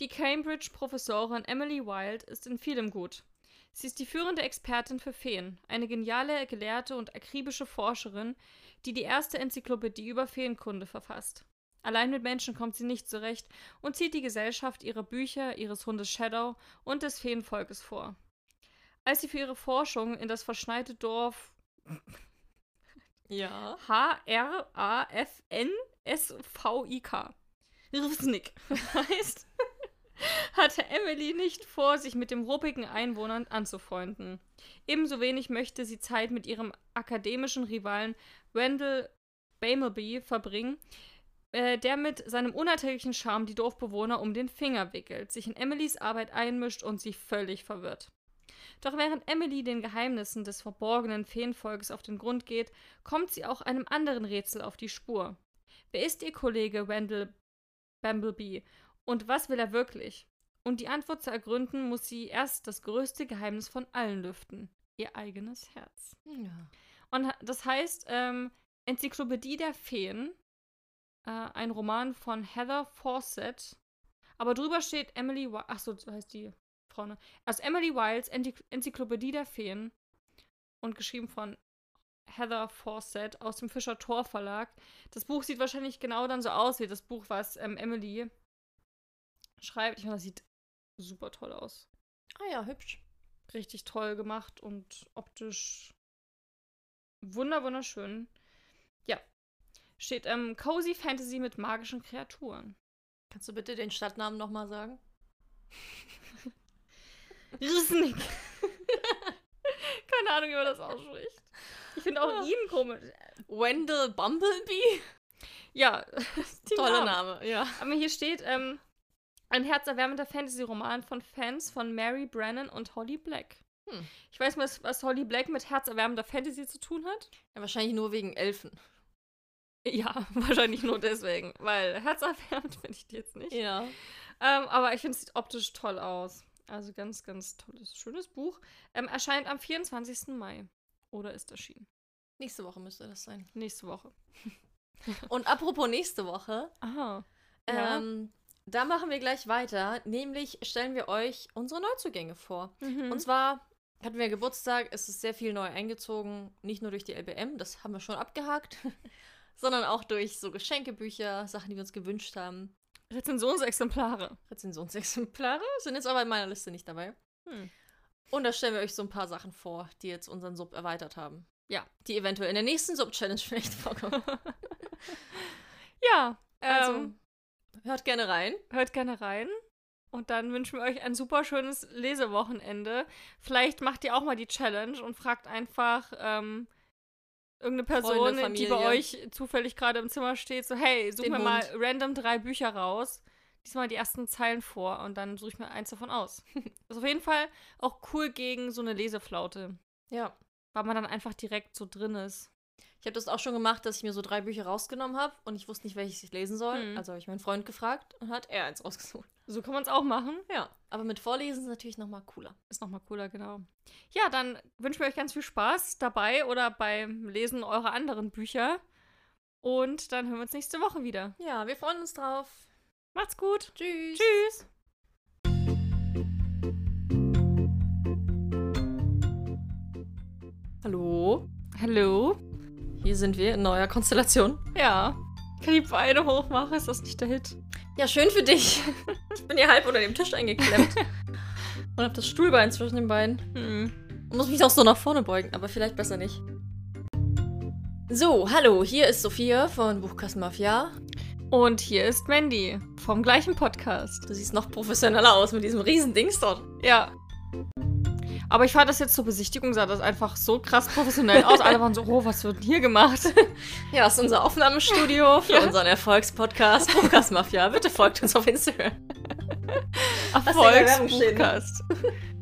[SPEAKER 1] Die Cambridge-Professorin Emily Wilde ist in vielem gut. Sie ist die führende Expertin für Feen, eine geniale Gelehrte und akribische Forscherin, die die erste Enzyklopädie über Feenkunde verfasst. Allein mit Menschen kommt sie nicht zurecht und zieht die Gesellschaft ihrer Bücher, ihres Hundes Shadow und des Feenvolkes vor. Als sie für ihre Forschung in das verschneite Dorf
[SPEAKER 2] Ja.
[SPEAKER 1] H-R-A-F-N-S-V-I-K. Rivsnick heißt, hatte Emily nicht vor, sich mit den ruppigen Einwohnern anzufreunden. Ebenso wenig möchte sie Zeit mit ihrem akademischen Rivalen Wendell Bamelby verbringen, äh, der mit seinem unerträglichen Charme die Dorfbewohner um den Finger wickelt, sich in Emilys Arbeit einmischt und sie völlig verwirrt. Doch während Emily den Geheimnissen des verborgenen Feenvolkes auf den Grund geht, kommt sie auch einem anderen Rätsel auf die Spur. Wer ist ihr Kollege Wendell Bumblebee und was will er wirklich? Um die Antwort zu ergründen, muss sie erst das größte Geheimnis von allen lüften: ihr eigenes Herz.
[SPEAKER 2] ja.
[SPEAKER 1] Und ha- das heißt ähm, Enzyklopädie der Feen, äh, ein Roman von Heather Fawcett. Aber drüber steht Emily Wilde. Achso, so heißt die Frau, ne? Also Emily Wildes Enty- Enzyklopädie der Feen und geschrieben von Heather Fawcett aus dem Fischer Tor Verlag. Das Buch sieht wahrscheinlich genau dann so aus wie das Buch, was ähm, Emily schreibt. Ich meine, das sieht super toll aus.
[SPEAKER 2] Ah ja, hübsch.
[SPEAKER 1] richtig toll gemacht und optisch wunder wunderschön. Ja. Steht ähm, Cozy Fantasy mit magischen Kreaturen.
[SPEAKER 2] Kannst du bitte den Stadtnamen nochmal sagen?
[SPEAKER 1] Rissnick. Keine Ahnung, wie man das ausspricht. Ich finde auch
[SPEAKER 2] Ja.
[SPEAKER 1] ihn komisch.
[SPEAKER 2] Wendell Bumblebee?
[SPEAKER 1] Ja, die
[SPEAKER 2] Toller
[SPEAKER 1] Namen.
[SPEAKER 2] Name, ja.
[SPEAKER 1] Aber hier steht ähm, ein herzerwärmender Fantasy-Roman von Fans von Mary Brennan und Holly Black.
[SPEAKER 2] Hm.
[SPEAKER 1] Ich weiß mal, was Holly Black mit herzerwärmender Fantasy zu tun hat.
[SPEAKER 2] Ja, wahrscheinlich nur wegen Elfen.
[SPEAKER 1] Ja, wahrscheinlich nur deswegen, weil herzerwärmend finde ich die jetzt nicht.
[SPEAKER 2] Ja.
[SPEAKER 1] Ähm, aber ich finde, es sieht optisch toll aus. Also ganz, ganz tolles, schönes Buch. Ähm, erscheint am 24. Mai. Oder ist erschienen.
[SPEAKER 2] Nächste Woche müsste das sein.
[SPEAKER 1] Nächste Woche.
[SPEAKER 2] Und apropos nächste Woche,
[SPEAKER 1] Aha. Ja.
[SPEAKER 2] ähm, da machen wir gleich weiter. Nämlich stellen wir euch unsere Neuzugänge vor.
[SPEAKER 1] Mhm.
[SPEAKER 2] Und zwar hatten wir Geburtstag, es ist sehr viel neu eingezogen. Nicht nur durch die LBM, das haben wir schon abgehakt, sondern auch durch so Geschenkebücher, Sachen, die wir uns gewünscht haben.
[SPEAKER 1] Rezensionsexemplare.
[SPEAKER 2] Rezensionsexemplare sind jetzt aber in meiner Liste nicht dabei.
[SPEAKER 1] Hm.
[SPEAKER 2] Und da stellen wir euch so ein paar Sachen vor, die jetzt unseren Sub erweitert haben.
[SPEAKER 1] Ja.
[SPEAKER 2] Die eventuell in der nächsten Sub-Challenge vielleicht vorkommen.
[SPEAKER 1] Ja,
[SPEAKER 2] Also,
[SPEAKER 1] ähm,
[SPEAKER 2] hört gerne rein.
[SPEAKER 1] hört gerne rein. Und dann wünschen wir euch ein super schönes Lesewochenende. Vielleicht macht ihr auch mal die Challenge und fragt einfach ähm, irgendeine Person,
[SPEAKER 2] Freunde,
[SPEAKER 1] die bei
[SPEAKER 2] Familie.
[SPEAKER 1] euch zufällig gerade im Zimmer steht, so, hey, such
[SPEAKER 2] Den
[SPEAKER 1] mir mal
[SPEAKER 2] Hund.
[SPEAKER 1] random drei Bücher raus. Diesmal die ersten Zeilen vor und dann suche ich mir eins davon aus. Das ist auf jeden Fall auch cool gegen so eine Leseflaute,
[SPEAKER 2] Ja.
[SPEAKER 1] weil man dann einfach direkt so drin ist.
[SPEAKER 2] Ich habe das auch schon gemacht, dass ich mir so drei Bücher rausgenommen habe und ich wusste nicht, welches ich lesen soll.
[SPEAKER 1] Hm.
[SPEAKER 2] Also habe ich meinen Freund gefragt und hat er eins rausgesucht.
[SPEAKER 1] So kann man es auch machen.
[SPEAKER 2] Ja. Aber mit Vorlesen ist natürlich nochmal cooler.
[SPEAKER 1] Ist nochmal cooler, genau. Ja, dann wünschen wir euch ganz viel Spaß dabei oder beim Lesen eurer anderen Bücher. Und dann hören wir uns nächste Woche wieder.
[SPEAKER 2] Ja, wir freuen uns drauf.
[SPEAKER 1] Macht's gut.
[SPEAKER 2] Tschüss.
[SPEAKER 1] Tschüss.
[SPEAKER 2] Hallo.
[SPEAKER 1] Hallo?
[SPEAKER 2] Hier sind wir in neuer Konstellation.
[SPEAKER 1] Ja. Ich kann die Beine hochmachen, ist das nicht der Hit?
[SPEAKER 2] Ja, schön für dich. Ich bin hier halb unter dem Tisch eingeklemmt. und habe das Stuhlbein zwischen den Beinen.
[SPEAKER 1] Hm.
[SPEAKER 2] Muss mich auch so nach vorne beugen, aber vielleicht besser nicht. So, hallo, hier ist Sophia von Buchkasten Mafia.
[SPEAKER 1] Und hier ist Mandy vom gleichen Podcast.
[SPEAKER 2] Du siehst noch professioneller aus mit diesem riesen Dings dort.
[SPEAKER 1] Ja. Aber ich fand das jetzt zur Besichtigung, sah das einfach so krass professionell aus. Alle waren so, oh, was wird denn hier gemacht?
[SPEAKER 2] Ja, das ist unser Aufnahmestudio für unseren Erfolgspodcast Buchkasten Mafia. Bitte folgt uns auf Instagram. Hast du in der Werbung stehen?
[SPEAKER 1] Erfolgspodcast.